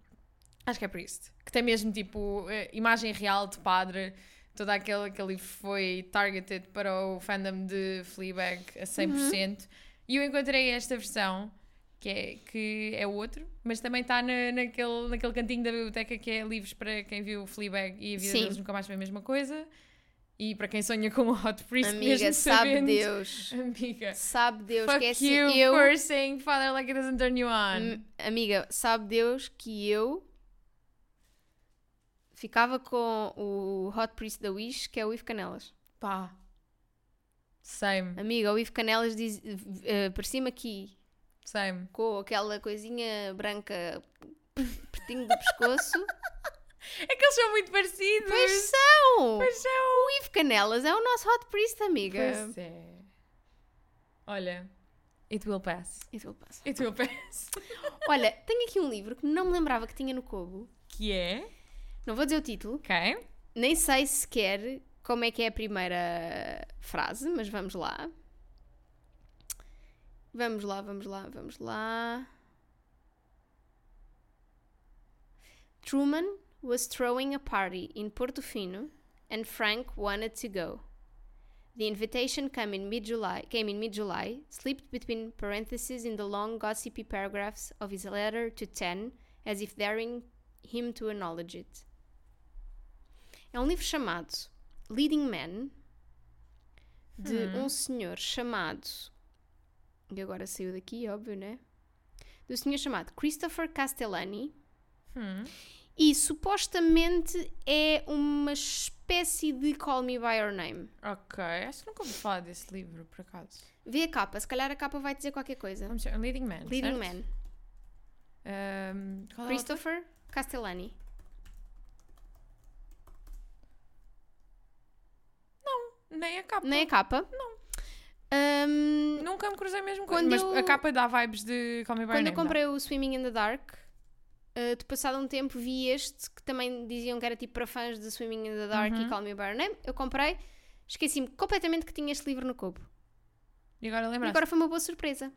Speaker 2: Acho que é Priest. Que tem mesmo tipo eh, imagem real de padre. Todo aquele, aquele livro foi targeted para o fandom de Fleabag
Speaker 1: Uhum.
Speaker 2: a 100%. E eu encontrei esta versão, que é, que é outro, mas também está na, naquele, naquele cantinho da biblioteca que é livros para quem viu Fleabag e a vida
Speaker 1: Sim.
Speaker 2: deles nunca mais foi a mesma coisa. E para quem sonha com o Hot Priest
Speaker 1: Amiga,
Speaker 2: mesmo
Speaker 1: sabe
Speaker 2: sabendo...
Speaker 1: Deus.
Speaker 2: <laughs> Amiga.
Speaker 1: Sabe Deus
Speaker 2: Fuck
Speaker 1: que é assim,
Speaker 2: you
Speaker 1: eu.
Speaker 2: for saying father like it doesn't turn you on.
Speaker 1: Hum, Amiga, sabe Deus que eu ficava com o Hot Priest da Wish, que é o Ivo Canelas.
Speaker 2: Pá. Same,
Speaker 1: Amiga, o Ivo Canelas diz, eh, parecia-me aqui,
Speaker 2: same.
Speaker 1: com aquela coisinha branca pertinho do
Speaker 2: <laughs>
Speaker 1: pescoço.
Speaker 2: É que eles são muito parecidos.
Speaker 1: Pois são!
Speaker 2: é. Pois são.
Speaker 1: O Ivo Canelas é o nosso Hot Priest, amiga.
Speaker 2: Pois é. Olha, it will pass.
Speaker 1: Isso eu passo.
Speaker 2: It will pass.
Speaker 1: Então,
Speaker 2: <laughs>
Speaker 1: Olha, tenho aqui um livro que não me lembrava que tinha no Kobo.
Speaker 2: Que é?
Speaker 1: Não vou dizer o título,
Speaker 2: Ok.
Speaker 1: nem sei sequer como é que é a primeira frase, mas vamos lá. Vamos lá, vamos lá, vamos lá. Truman was throwing a party in Portofino and Frank wanted to go. The invitation came in mid-July, came in mid-July, slipped between parentheses in the long gossipy paragraphs of his letter to Ten, as if daring him to acknowledge it. É um livro chamado Leading Man, de
Speaker 2: Hum.
Speaker 1: um senhor chamado. E agora saiu daqui, óbvio, né? Do senhor chamado Christopher Castellani.
Speaker 2: Hum.
Speaker 1: E supostamente é uma espécie de Call Me By Your Name.
Speaker 2: Ok. Acho que nunca ouvi falar desse livro, por acaso.
Speaker 1: Vê a capa, se calhar a capa vai dizer qualquer coisa.
Speaker 2: Vamos ver. Leading Man.
Speaker 1: Leading
Speaker 2: Tá certo? Ah,
Speaker 1: Man,
Speaker 2: Ahm, qual é o outro?
Speaker 1: Christopher Castellani.
Speaker 2: Nem a capa.
Speaker 1: Nem a capa? Hum, Não.
Speaker 2: Nunca me cruzei mesmo com
Speaker 1: Quando
Speaker 2: Mas
Speaker 1: eu-
Speaker 2: a capa dá vibes de Call Me By Your
Speaker 1: Quando eu
Speaker 2: Name, dá.
Speaker 1: comprei o Swimming in the Dark, eh, de passado um tempo vi este que também diziam que era tipo para fãs de Swimming in the Dark e Call Me By Your Name. Eu comprei, esqueci-me completamente que tinha este livro no cubo.
Speaker 2: E agora
Speaker 1: E
Speaker 2: lembraste?
Speaker 1: agora foi uma boa surpresa.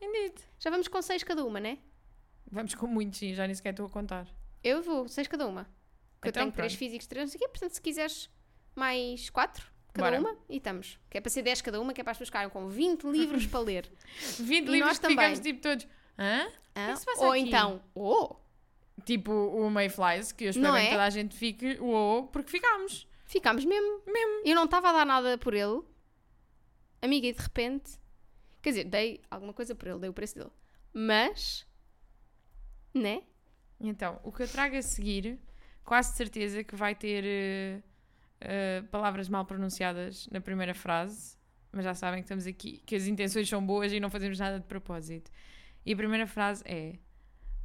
Speaker 2: Indeed.
Speaker 1: Já vamos com seis cada uma, né?
Speaker 2: Vamos com muitos e já nem sequer estou a contar.
Speaker 1: Eu vou, seis cada uma. Porque eu
Speaker 2: Então,
Speaker 1: tenho três
Speaker 2: pronto.
Speaker 1: físicos, três não sei o quê, portanto se quiseres mais quatro cada
Speaker 2: Bora.
Speaker 1: uma e estamos. Que é para ser 10 cada uma, que é para as pessoas ficarem com <laughs> 20 livros para ler.
Speaker 2: 20
Speaker 1: E nós
Speaker 2: livros que
Speaker 1: também.
Speaker 2: ficámos tipo todos. Hã?
Speaker 1: Ah,
Speaker 2: que se passa
Speaker 1: ou
Speaker 2: aqui?
Speaker 1: então, oh,
Speaker 2: Tipo o Mayflies, que eu espero
Speaker 1: Não
Speaker 2: bem
Speaker 1: é?
Speaker 2: que toda a gente fique uou, porque ficámos.
Speaker 1: Ficámos mesmo. Mesmo. Eu não estava a dar nada por ele. Amiga, e de repente. Quer dizer, dei alguma coisa por ele, dei o preço dele. Mas. Né?
Speaker 2: Então, o que eu trago a seguir, quase certeza que vai ter eh, eh, palavras mal pronunciadas na primeira frase, mas já sabem que estamos aqui, que as intenções são boas e não fazemos nada de propósito. E a primeira frase é: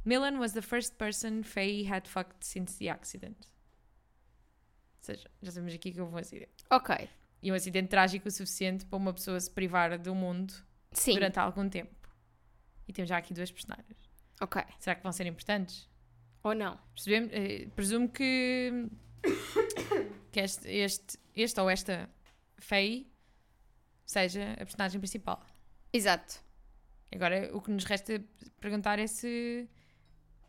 Speaker 2: Milan was the first person Faye had fucked since the accident. Ou seja, já sabemos aqui que houve um acidente.
Speaker 1: Ok.
Speaker 2: E um acidente trágico o suficiente para uma pessoa se privar do mundo
Speaker 1: Sim.
Speaker 2: durante algum tempo. E temos já aqui duas personagens.
Speaker 1: Ok.
Speaker 2: Será que vão ser importantes?
Speaker 1: Ou não?
Speaker 2: Percebemos- eh, presumo que, que este, este, este ou esta Faye seja a personagem principal.
Speaker 1: Exato.
Speaker 2: Agora, o que nos resta perguntar é se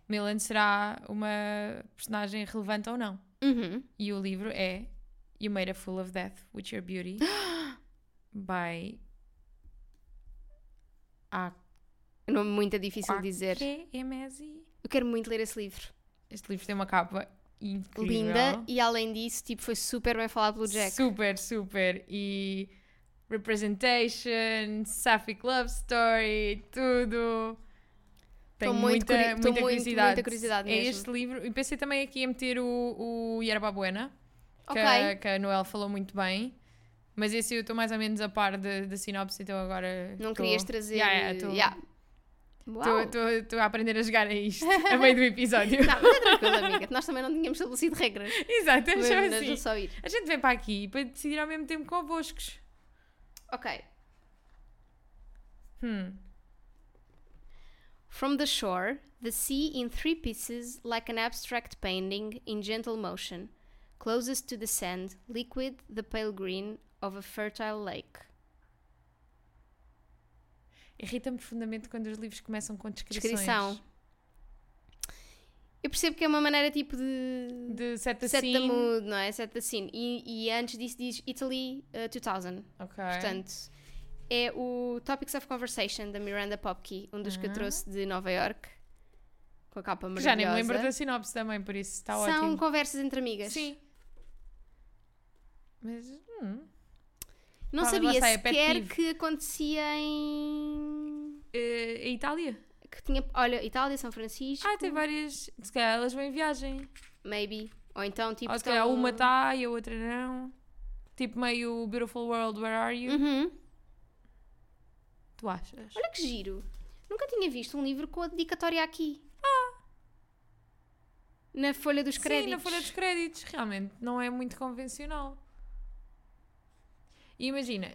Speaker 2: Milan será uma personagem relevante ou não.
Speaker 1: Uhum.
Speaker 2: E o livro é You Made a Fool of Death with
Speaker 1: <gasps>
Speaker 2: Your Beauty by A
Speaker 1: É um nome muito difícil de dizer.
Speaker 2: Emesi.
Speaker 1: Eu quero muito ler esse livro.
Speaker 2: Este livro tem uma capa incrível.
Speaker 1: Linda. E além disso, tipo, foi super bem falado pelo Jack.
Speaker 2: Super, super. E representation, sapphic love story, tudo. Tenho
Speaker 1: muito
Speaker 2: muita,
Speaker 1: curi-
Speaker 2: muita,
Speaker 1: tô muito-
Speaker 2: curiosidade.
Speaker 1: muita curiosidade
Speaker 2: É
Speaker 1: mesmo.
Speaker 2: este livro. E pensei também aqui em meter o, o Yerba Buena, que,
Speaker 1: Ok.
Speaker 2: a- que a Noel falou muito bem. Mas esse eu estou mais ou menos a par da da sinopse, então agora.
Speaker 1: Não
Speaker 2: tô-
Speaker 1: querias trazer.
Speaker 2: Yeah, yeah, tô-
Speaker 1: yeah. Uau.
Speaker 2: Estou a aprender a jogar
Speaker 1: <laughs>
Speaker 2: a isto, a meio do episódio.
Speaker 1: Não, mas é tranquilo, amiga. Nós também não tínhamos estabelecido
Speaker 2: <laughs>
Speaker 1: regras.
Speaker 2: Exato,
Speaker 1: Mas
Speaker 2: deixa eu
Speaker 1: deixa
Speaker 2: assim.
Speaker 1: só ir.
Speaker 2: A gente vem para aqui para decidir ao mesmo tempo convoscos.
Speaker 1: Ok.
Speaker 2: Hum.
Speaker 1: Hmm. From the shore, the sea in three pieces, like an abstract painting in gentle motion, closest to the sand, liquid, the pale green of a fertile lake.
Speaker 2: Irrita-me profundamente quando os livros começam com descrições.
Speaker 1: Descrição. Eu percebo que é uma maneira tipo de.
Speaker 2: De set a
Speaker 1: set the
Speaker 2: scene.
Speaker 1: mood, não é? Set the scene. E, e antes disso diz Italy uh, 2000.
Speaker 2: Ok.
Speaker 1: Portanto, é o Topics of Conversation da Miranda Popke, um dos que eu
Speaker 2: Ah.
Speaker 1: trouxe de Nova York, com a capa
Speaker 2: Que
Speaker 1: maravilhosa.
Speaker 2: Já nem me lembro da sinopse também, por isso está
Speaker 1: São
Speaker 2: ótimo.
Speaker 1: conversas entre amigas.
Speaker 2: Sim. Mas. hum.
Speaker 1: Não
Speaker 2: Fala,
Speaker 1: sabia
Speaker 2: lá sai, é pet
Speaker 1: sequer
Speaker 2: peeve.
Speaker 1: que acontecia em.
Speaker 2: Eh, a Itália.
Speaker 1: Que tinha. Olha, Itália, São Francisco.
Speaker 2: Ah, tem várias. Se calhar elas vão em viagem.
Speaker 1: Maybe. Ou então tipo.
Speaker 2: Ou Ah, se calhar
Speaker 1: estão-
Speaker 2: uma tá está e a outra não. Tipo meio Beautiful World, Where Are You?
Speaker 1: Uhum.
Speaker 2: Tu achas?
Speaker 1: Olha que giro. Nunca tinha visto um livro com a dedicatória aqui. Ah! Na folha dos créditos.
Speaker 2: Sim, na folha dos créditos, realmente não é muito convencional. E imagina,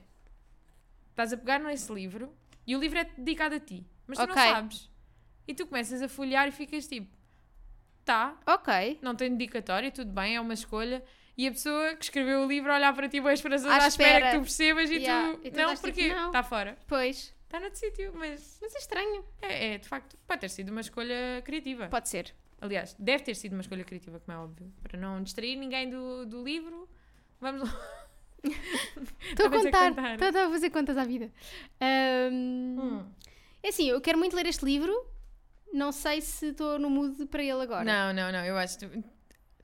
Speaker 2: estás a pegar nesse livro e o livro é dedicado a ti, mas tu não
Speaker 1: Ok.
Speaker 2: sabes. E tu começas a folhear e ficas tipo, tá,
Speaker 1: Ok.
Speaker 2: não tem dedicatória, tudo bem, é uma escolha. E a pessoa que escreveu o livro olhar para ti com as esperanças
Speaker 1: À
Speaker 2: à espera que
Speaker 1: espera.
Speaker 2: tu percebas e
Speaker 1: Yeah,
Speaker 2: tu,
Speaker 1: e tu
Speaker 2: não,
Speaker 1: estás tipo,
Speaker 2: porque
Speaker 1: não.
Speaker 2: está fora,
Speaker 1: Pois.
Speaker 2: está noutro sítio, mas
Speaker 1: Mas é estranho.
Speaker 2: é, é, de facto, pode ter sido uma escolha criativa.
Speaker 1: Pode ser.
Speaker 2: Aliás, deve ter sido uma escolha criativa, como é óbvio. Para não distrair ninguém do, do livro, vamos lá.
Speaker 1: Estou a
Speaker 2: Estavas a
Speaker 1: contar.
Speaker 2: contar.
Speaker 1: Estou estou a fazer contas à vida. Ahm,
Speaker 2: Hum.
Speaker 1: É assim, eu quero muito ler este livro. Não sei se estou no mood para ele agora.
Speaker 2: Não, não, não, eu acho. que tu-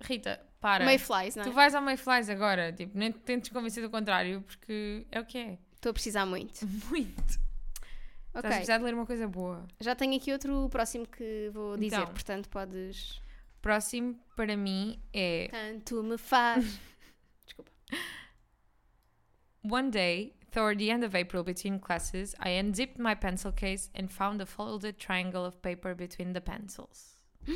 Speaker 2: Rita, para.
Speaker 1: Mayflies, não é?
Speaker 2: Tu vais ao Mayflies agora, tipo, nem te tentes convencer do contrário, porque é o que é.
Speaker 1: Estou a precisar muito.
Speaker 2: Muito. Estás a
Speaker 1: Ok.
Speaker 2: precisar de ler uma coisa boa.
Speaker 1: Já tenho aqui outro próximo que vou dizer,
Speaker 2: Então.
Speaker 1: portanto podes.
Speaker 2: Próximo para mim é
Speaker 1: Tanto me faz. Desculpa.
Speaker 2: One day, toward the end of April between classes, I unzipped my pencil case and found a folded triangle of paper between the pencils. <gasps>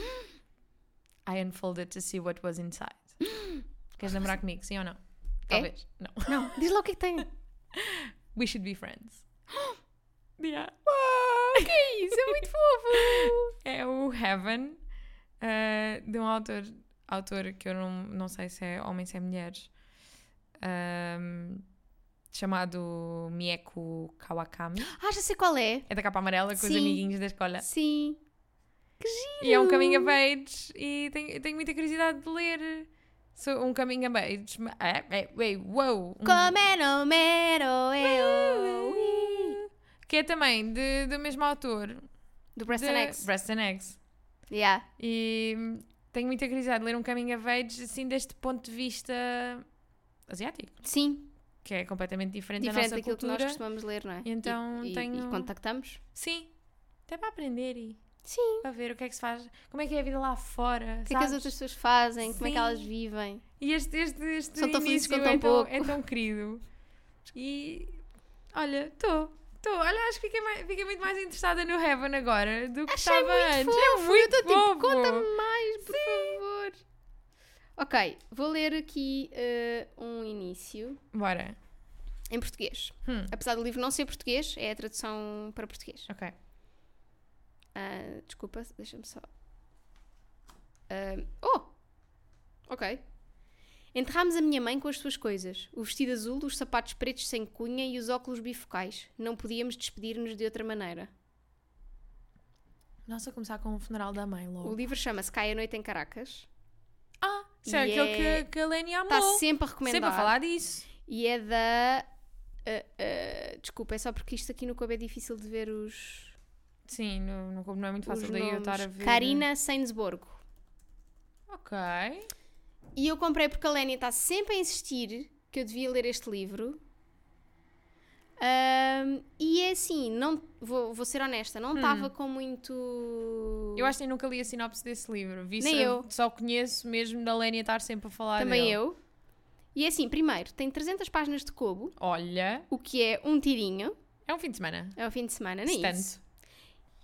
Speaker 2: I unfolded to see what was inside. <gasps> Queres lembrar comigo, sim ou não? Talvez. <laughs> Não.
Speaker 1: Não, diz lá o que é que tem.
Speaker 2: We should be friends. <gasps> yeah.
Speaker 1: que é isso? É muito fofo!
Speaker 2: <laughs> É o Heaven, eh, de um autor, autor que eu não, não sei se é homem, se é mulher, ahm, chamado Mieko Kawakami.
Speaker 1: Ah, já sei qual é.
Speaker 2: É da capa amarela com os
Speaker 1: Sim.
Speaker 2: amiguinhos da escola.
Speaker 1: Sim.
Speaker 2: É. E é um coming of age e tenho, eu tenho muita curiosidade de ler. Sou um coming of age. ma- É, é, ué, uou! Um-
Speaker 1: Comero, é, mero, oh, eu.
Speaker 2: Que é também de, do mesmo autor.
Speaker 1: Do Preston
Speaker 2: de
Speaker 1: X.
Speaker 2: Preston X.
Speaker 1: Yeah.
Speaker 2: E tenho muita curiosidade de ler um coming of age assim deste ponto de vista asiático,
Speaker 1: Sim.
Speaker 2: que é completamente diferente,
Speaker 1: Diferente
Speaker 2: da nossa
Speaker 1: daquilo
Speaker 2: cultura.
Speaker 1: que nós costumamos ler, não é?
Speaker 2: E então
Speaker 1: e,
Speaker 2: tenho-
Speaker 1: E contactamos?
Speaker 2: Sim, até para aprender e
Speaker 1: Sim.
Speaker 2: para ver o que é que se faz, como é que é a vida lá fora.
Speaker 1: O que é que as
Speaker 2: sabes?
Speaker 1: outras pessoas fazem? Como é que
Speaker 2: Sim.
Speaker 1: elas vivem?
Speaker 2: E este, este, este
Speaker 1: São tão felizes
Speaker 2: início
Speaker 1: com tão
Speaker 2: é, tão,
Speaker 1: pouco.
Speaker 2: é tão querido. E olha, estou. Estou, olha, acho que fiquei, mais- fiquei muito mais interessada no Heaven agora do que
Speaker 1: Achei
Speaker 2: estava
Speaker 1: muito
Speaker 2: antes.
Speaker 1: fofo.
Speaker 2: É muito
Speaker 1: eu estou tipo,
Speaker 2: fofo.
Speaker 1: conta-me mais, por favor. Ok, vou ler aqui eh, um início
Speaker 2: Bora.
Speaker 1: em português.
Speaker 2: Hum.
Speaker 1: Apesar do livro não ser português, é a tradução para português.
Speaker 2: Ok.
Speaker 1: Ah, desculpa, deixa-me só. Ah, oh! Ok. Enterramos a minha mãe com as suas coisas: o vestido azul, os sapatos pretos sem cunha e os óculos bifocais. Não podíamos despedir-nos de outra maneira.
Speaker 2: Nossa, começar com o funeral da mãe
Speaker 1: O
Speaker 2: logo.
Speaker 1: livro chama-se Cai a Noite em Caracas.
Speaker 2: Ah, isso é
Speaker 1: E é-
Speaker 2: aquele que, que a Leni amou.
Speaker 1: Está sempre a recomendar.
Speaker 2: Sempre a falar disso.
Speaker 1: E é da. ah, ah, desculpa, é só porque isto aqui no Cobo é difícil de ver os.
Speaker 2: Sim, não, não, não é muito
Speaker 1: os
Speaker 2: fácil daí eu
Speaker 1: nomes.
Speaker 2: estar a ver. né?
Speaker 1: Karina Sainsborgo.
Speaker 2: Ok.
Speaker 1: E eu comprei porque a Lénia está sempre a insistir que eu devia ler este livro. Ahm, e é assim, não, vou, vou ser honesta, não estava com muito.
Speaker 2: Hum. Eu acho que eu nunca li a sinopse desse livro. Vi
Speaker 1: Nem
Speaker 2: só,
Speaker 1: eu.
Speaker 2: só conheço mesmo da Lénia estar sempre a falar
Speaker 1: Também
Speaker 2: dele.
Speaker 1: eu. E é assim, primeiro, tem 300 páginas de Kobo,
Speaker 2: Olha,
Speaker 1: o que é um tirinho,
Speaker 2: é um fim de semana.
Speaker 1: é o fim de semana,
Speaker 2: Se
Speaker 1: nem
Speaker 2: tanto.
Speaker 1: isso.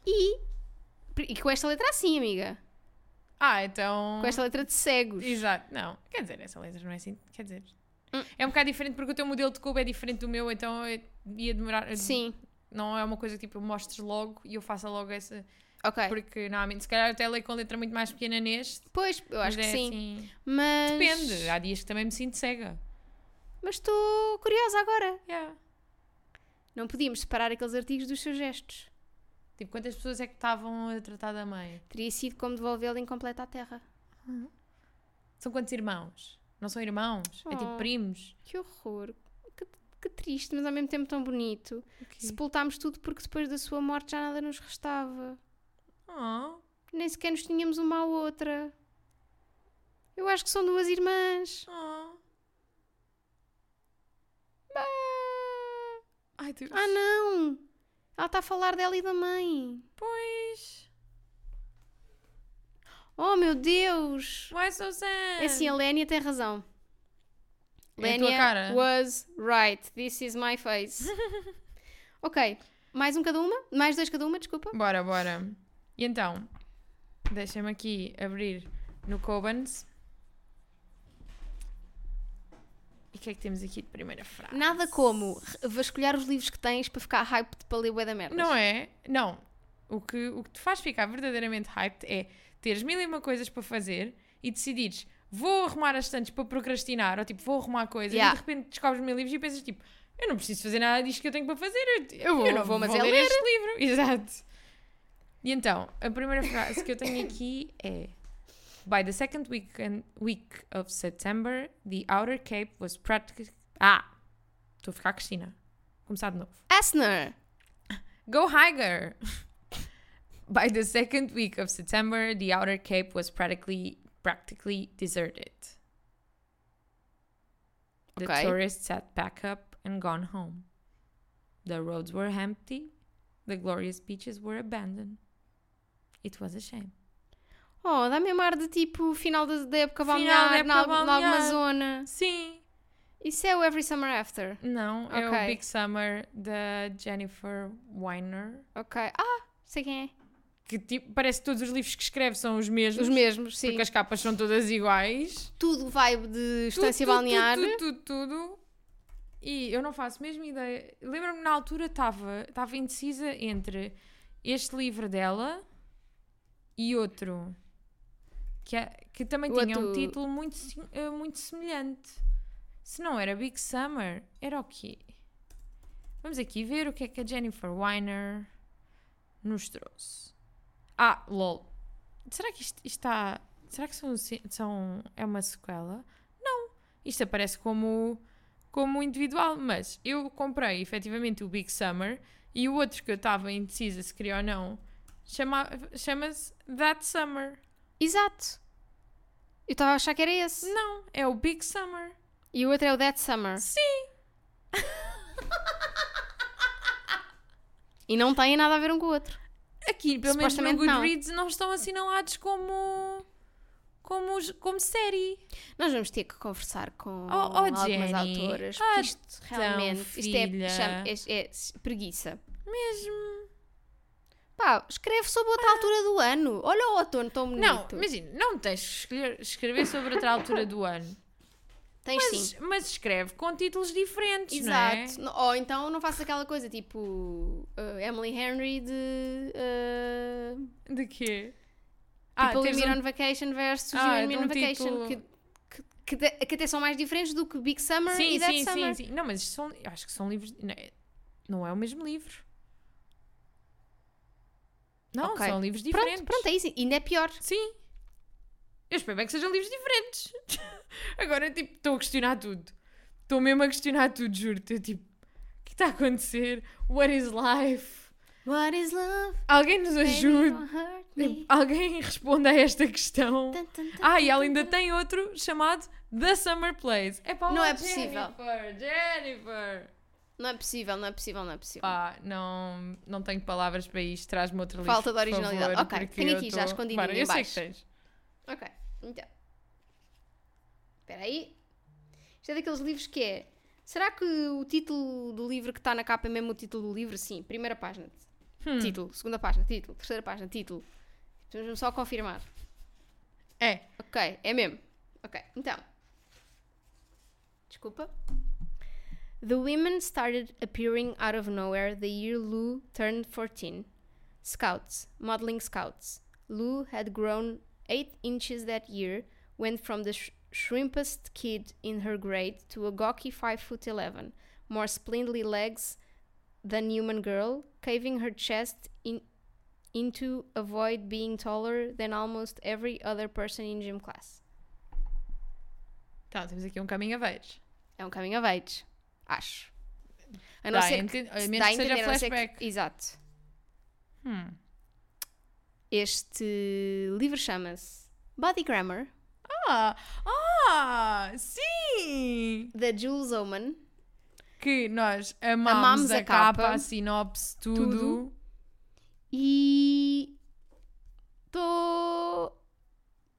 Speaker 1: E, e com esta letra assim, amiga.
Speaker 2: Ah, então.
Speaker 1: Com esta letra de cegos.
Speaker 2: Exato, não. Quer dizer, essa letra não é assim. Quer dizer.
Speaker 1: Hum.
Speaker 2: É um bocado diferente porque o teu modelo de cubo é diferente do meu, então eu ia demorar.
Speaker 1: Sim,
Speaker 2: Não é uma coisa que tipo, eu mostres logo e eu faça logo essa.
Speaker 1: ok.
Speaker 2: Porque normalmente, se calhar, eu até leio com letra muito mais pequena neste.
Speaker 1: Pois, eu acho
Speaker 2: mas
Speaker 1: que
Speaker 2: é
Speaker 1: sim.
Speaker 2: assim,
Speaker 1: Mas.
Speaker 2: Depende. Há dias que também me sinto cega.
Speaker 1: Mas estou curiosa agora.
Speaker 2: Yeah.
Speaker 1: Não podíamos separar aqueles artigos dos seus gestos.
Speaker 2: Tipo, quantas pessoas é que estavam a tratar da mãe?
Speaker 1: Teria sido como devolvê-lo incompleto à Terra.
Speaker 2: São quantos irmãos? Não são irmãos? É tipo
Speaker 1: Oh.
Speaker 2: primos?
Speaker 1: Que horror. Que, que triste, mas ao mesmo tempo tão bonito.
Speaker 2: Se-
Speaker 1: Sepultámos tudo porque depois da sua morte já nada nos restava.
Speaker 2: Oh,
Speaker 1: Nem sequer nos tínhamos uma à outra. Eu acho que são duas irmãs.
Speaker 2: oh. Ai, Deus.
Speaker 1: Ah, não! Ela está a falar dela e da mãe.
Speaker 2: Pois.
Speaker 1: Oh, meu Deus!
Speaker 2: Why so sad?
Speaker 1: É assim, a Lénia tem razão.
Speaker 2: É a tua cara.
Speaker 1: was right. This is my
Speaker 2: <laughs>
Speaker 1: face. ok. Mais um cada uma? Mais dois cada uma, desculpa.
Speaker 2: Bora, bora. E então, deixa-me aqui abrir no Cobans. E o que é que temos aqui de primeira frase?
Speaker 1: Nada como re- vasculhar os livros que tens para ficar hyped para ler bué da merda.
Speaker 2: Não é? Não. O que, o que te faz ficar verdadeiramente hyped é teres mil e uma coisas para fazer e decidires vou arrumar as estantes para procrastinar ou tipo vou arrumar coisas
Speaker 1: Yeah.
Speaker 2: e de repente descobres mil livros e pensas tipo eu não preciso fazer nada disto que eu tenho para fazer eu, eu,
Speaker 1: vou-
Speaker 2: eu não
Speaker 1: vou,
Speaker 2: vou,
Speaker 1: mas é
Speaker 2: ler,
Speaker 1: ler.
Speaker 2: este livro. <laughs> Exato. E então, a primeira frase que eu tenho aqui é By the second weekend, week of September, the Outer Cape was practically... Ah! Estou a ficar Cristina. Começar de novo.
Speaker 1: Asner!
Speaker 2: Go higher! <laughs> By the second week of September, the outer cape was practically practically deserted. The
Speaker 1: Okay.
Speaker 2: tourists had packed up and gone home. The roads were empty. The glorious beaches were abandoned. It was a shame.
Speaker 1: Oh, dá-me um ar de tipo final da, da época
Speaker 2: Final
Speaker 1: balnear,
Speaker 2: da época
Speaker 1: na, al- na
Speaker 2: balnear.
Speaker 1: alguma zona.
Speaker 2: Sim.
Speaker 1: Isso é o Every Summer After.
Speaker 2: Não, é o
Speaker 1: Okay.
Speaker 2: Big Summer da Jennifer Weiner.
Speaker 1: Ok. Ah, sei quem é.
Speaker 2: Que tipo, parece que todos os livros que escreve são os mesmos.
Speaker 1: Os mesmos, sim.
Speaker 2: Porque as capas são todas iguais.
Speaker 1: Tudo vibe de
Speaker 2: Tudo,
Speaker 1: estância
Speaker 2: tudo,
Speaker 1: balnear.
Speaker 2: Tudo, tudo, tudo. E eu não faço mesmo ideia. Lembro-me na altura estava estava indecisa entre este livro dela e outro que, é- que também
Speaker 1: O
Speaker 2: tinha um
Speaker 1: outro-
Speaker 2: título muito, sim- eh, muito semelhante. Se não era Big Summer, era o quê? Vamos aqui ver o que é que a Jennifer Weiner nos trouxe. Ah, lol. Será que isto está. Será que são, se- são, é uma sequela? Não. Isto aparece como, como individual, mas eu comprei efetivamente o Big Summer e o outro que eu estava indecisa se queria ou não chama- chama-se That Summer.
Speaker 1: Exato. Eu estava a achar que era esse.
Speaker 2: Não, é o Big Summer.
Speaker 1: E o outro é o That Summer.
Speaker 2: Sim!
Speaker 1: <laughs> E não têm nada a ver um com o outro.
Speaker 2: Aqui, pelo menos no
Speaker 1: Supostamente não.
Speaker 2: Goodreads, não. estão assinalados como. como, os- como série.
Speaker 1: Nós vamos ter que conversar com
Speaker 2: Oh, oh,
Speaker 1: Hum, algumas
Speaker 2: Jenny.
Speaker 1: autoras. Porque
Speaker 2: Ah,
Speaker 1: isto realmente isto é,
Speaker 2: filha.
Speaker 1: chama- é- é preguiça.
Speaker 2: Mesmo.
Speaker 1: Pá, escreve sobre outra altura do ano. Olha o outono tão bonito.
Speaker 2: Não, imagina, não tens que escolher- escrever sobre outra altura
Speaker 1: <laughs>
Speaker 2: do ano.
Speaker 1: Tens sim.
Speaker 2: Mas, mas escreve com títulos diferentes,
Speaker 1: Exato.
Speaker 2: não é?
Speaker 1: No- Ou então não faço aquela coisa tipo uh, Emily Henry de uh,
Speaker 2: é? De quê?
Speaker 1: People in
Speaker 2: teres
Speaker 1: Me
Speaker 2: um-
Speaker 1: on Vacation versus
Speaker 2: Ah,
Speaker 1: You and Me
Speaker 2: então,
Speaker 1: on Vacation.
Speaker 2: tipo-
Speaker 1: Que, que, que de- que até são mais diferentes do que Big Summer
Speaker 2: sim,
Speaker 1: e That
Speaker 2: sim,
Speaker 1: Summer.
Speaker 2: sim, sim. Não, mas isto são, eu acho que são livros. Não é, não é o mesmo livro. Não,
Speaker 1: Ok.
Speaker 2: são livros diferentes.
Speaker 1: Pronto, pronto, é isso. Ainda é pior.
Speaker 2: Sim. Eu espero bem que sejam livros diferentes. <laughs> Agora, tipo, estou a questionar tudo. Estou mesmo a questionar tudo, juro-te. Eu, tipo, o que está a acontecer? What is life?
Speaker 1: What is
Speaker 2: <laughs>
Speaker 1: love?
Speaker 2: Alguém nos
Speaker 1: Baby,
Speaker 2: ajude. Tipo,
Speaker 1: don't hurt me.
Speaker 2: Alguém <laughs> responda a esta questão.
Speaker 1: Tan, tan, tan,
Speaker 2: Ah, e ela
Speaker 1: tan,
Speaker 2: ainda
Speaker 1: tan.
Speaker 2: tem outro chamado The Summer Plays. É para
Speaker 1: tá. Não é possível.
Speaker 2: Jennifer, Jennifer.
Speaker 1: Não é possível, não é possível, não é possível.
Speaker 2: Pá, não, não tenho palavras para isto. Traz-me outro livro.
Speaker 1: Falta de
Speaker 2: por
Speaker 1: originalidade.
Speaker 2: favor,
Speaker 1: Ok,
Speaker 2: porque
Speaker 1: tenho
Speaker 2: eu
Speaker 1: aqui já
Speaker 2: tô-
Speaker 1: escondidinho
Speaker 2: Para, eu
Speaker 1: em
Speaker 2: sei que
Speaker 1: baixo.
Speaker 2: tens.
Speaker 1: Ok, então. Espera aí. Isto é daqueles livros que é. Será que o título do livro que está na capa é mesmo o título do livro? Sim, primeira página. Título, segunda página, título, terceira página, título. Vamos só confirmar.
Speaker 2: É.
Speaker 1: Ok, é mesmo. Ok, então. Desculpa. The women started appearing out of nowhere the year Lou turned 14. Scouts, modeling scouts. Lou had grown 8 inches that year, went from the sh- shrimpest kid in her grade to a gawky 5 foot 11, more splendidly legs than human girl, caving her chest in, into avoid being taller than almost every other person in gym class.
Speaker 2: Tá, temos aqui um caminho a vez.
Speaker 1: É um caminho a veites, acho. A
Speaker 2: Dá a
Speaker 1: que-
Speaker 2: enten- a
Speaker 1: se
Speaker 2: menos
Speaker 1: dá
Speaker 2: que seja
Speaker 1: entender, a não ser
Speaker 2: flashback.
Speaker 1: exato.
Speaker 2: Hum.
Speaker 1: Este livro chama-se Body Grammar,
Speaker 2: Ah, ah, sim!
Speaker 1: da Jules Oman.
Speaker 2: Que nós amamos,
Speaker 1: Amamos
Speaker 2: a,
Speaker 1: a
Speaker 2: capa,
Speaker 1: capa,
Speaker 2: a sinopse, tudo.
Speaker 1: tudo. E estou.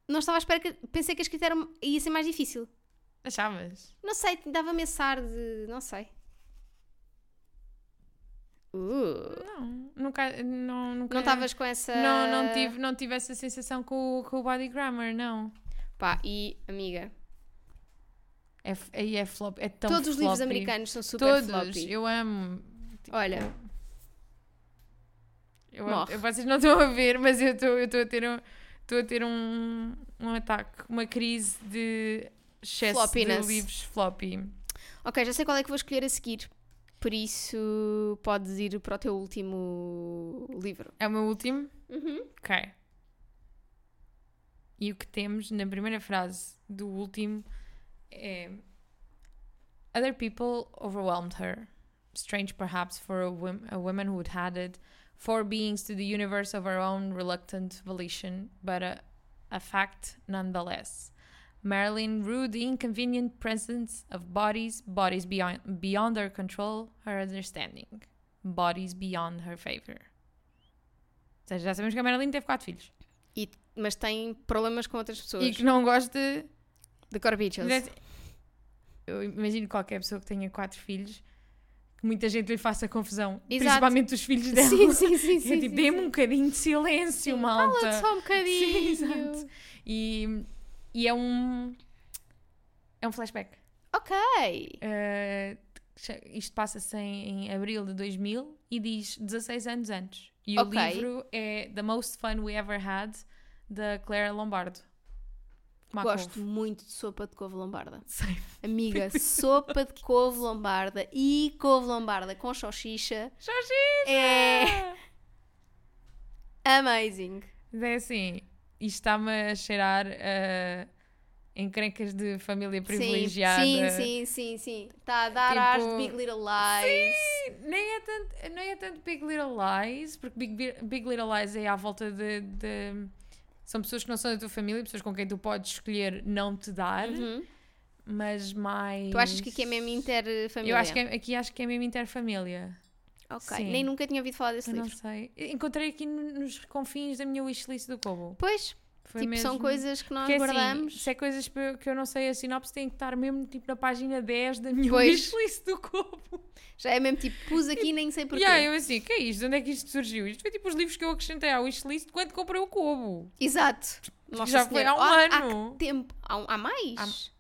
Speaker 1: Não estava à espera que. Pensei que a escrita era... ia ser mais difícil.
Speaker 2: Achavas?
Speaker 1: Não sei, dava-me esse ar de. Não sei. Uh,
Speaker 2: Não, nunca, não, nunca.
Speaker 1: não estavas com essa.
Speaker 2: Não, não tive, não tive essa sensação com o, com o body grammar, não.
Speaker 1: Pá, e amiga.
Speaker 2: É, f- aí é flop, é tão
Speaker 1: todos os livros
Speaker 2: floppy.
Speaker 1: americanos são super
Speaker 2: Todos,
Speaker 1: floppy.
Speaker 2: eu amo.
Speaker 1: Olha,
Speaker 2: Eu,
Speaker 1: Morre.
Speaker 2: eu- vocês não estão a ver, mas eu estou eu estou a ter um, estou a ter um, um ataque, uma crise de excesso
Speaker 1: Floppiness.
Speaker 2: de livros floppy.
Speaker 1: ok, já sei qual é que vou escolher a seguir. Por isso, podes ir para o teu último livro.
Speaker 2: É o meu último?
Speaker 1: Uhum.
Speaker 2: Ok. E o que temos na primeira frase do último é Other people overwhelmed her. Strange perhaps for a, wom- a woman who'd added four beings to the universe of her own reluctant volition, but a, a fact nonetheless. Marilyn rued the inconvenient presence of bodies, bodies beyond, beyond her control, her understanding, bodies beyond her favor. Ou seja, já sabemos que a Marilyn teve quatro filhos.
Speaker 1: E, mas tem problemas com outras pessoas.
Speaker 2: E que não gosta.
Speaker 1: De Corbichos.
Speaker 2: Eu imagino qualquer pessoa que tenha quatro filhos que muita gente lhe faça confusão.
Speaker 1: Exato.
Speaker 2: Principalmente os filhos
Speaker 1: <laughs>
Speaker 2: dela.
Speaker 1: Sim,
Speaker 2: <laughs>
Speaker 1: sim, sim.
Speaker 2: É
Speaker 1: sim, sim,
Speaker 2: tipo, dê-me um
Speaker 1: sim.
Speaker 2: bocadinho de silêncio, malta.
Speaker 1: Fala-te só um
Speaker 2: Sim,
Speaker 1: bocadinho.
Speaker 2: exato. E, e é um. É um flashback.
Speaker 1: Ok.
Speaker 2: Uh, che- isto passa-se em, em abril de 2000 e diz 16 anos antes. E
Speaker 1: Ok.
Speaker 2: o livro é The Most Fun We Ever Had, da Claire Lombardo. Markov.
Speaker 1: Gosto muito de sopa de couve lombarda.
Speaker 2: Sei.
Speaker 1: Amiga,
Speaker 2: <laughs>
Speaker 1: sopa de couve lombarda e couve lombarda com salsicha
Speaker 2: Jorginho!
Speaker 1: é <laughs> amazing.
Speaker 2: Mas É assim, isto está-me a cheirar a encrencas de família privilegiada.
Speaker 1: Sim, sim, sim, sim. Está a dar
Speaker 2: Tipo,
Speaker 1: ar de Big Little Lies.
Speaker 2: Sim, Nem é, tanto, nem é tanto Big Little Lies, porque Big, Bi- Big Little Lies é à volta de, de- São pessoas que não são da tua família, pessoas com quem tu podes escolher não te dar,
Speaker 1: Uhum.
Speaker 2: mas mais.
Speaker 1: Tu achas que aqui é mesmo interfamiliar?
Speaker 2: Eu acho que é- aqui acho que é mesmo interfamília.
Speaker 1: Ok,
Speaker 2: sim.
Speaker 1: nem nunca tinha ouvido falar desse
Speaker 2: Eu não
Speaker 1: livro.
Speaker 2: sei. Encontrei aqui no- nos confins da minha wishlist do Kobo.
Speaker 1: Pois,
Speaker 2: Foi
Speaker 1: tipo, são
Speaker 2: mesmo-
Speaker 1: coisas que nós
Speaker 2: Porque, assim,
Speaker 1: guardamos.
Speaker 2: se é coisas pe- que eu não sei a sinopse, tem que estar mesmo tipo na página 10 da minha
Speaker 1: Pois.
Speaker 2: wishlist do corpo.
Speaker 1: Já é mesmo tipo, pus aqui nem sei porquê.
Speaker 2: E aí eu assim, que é isto? De onde é que isto surgiu? Isto foi tipo os livros que eu acrescentei à wishlist quando comprei o Kobo.
Speaker 1: Exato. Nossa
Speaker 2: já foi
Speaker 1: Senhora.
Speaker 2: há um
Speaker 1: Oh,
Speaker 2: ano.
Speaker 1: Há que tempo. Há, um- há mais?
Speaker 2: Há-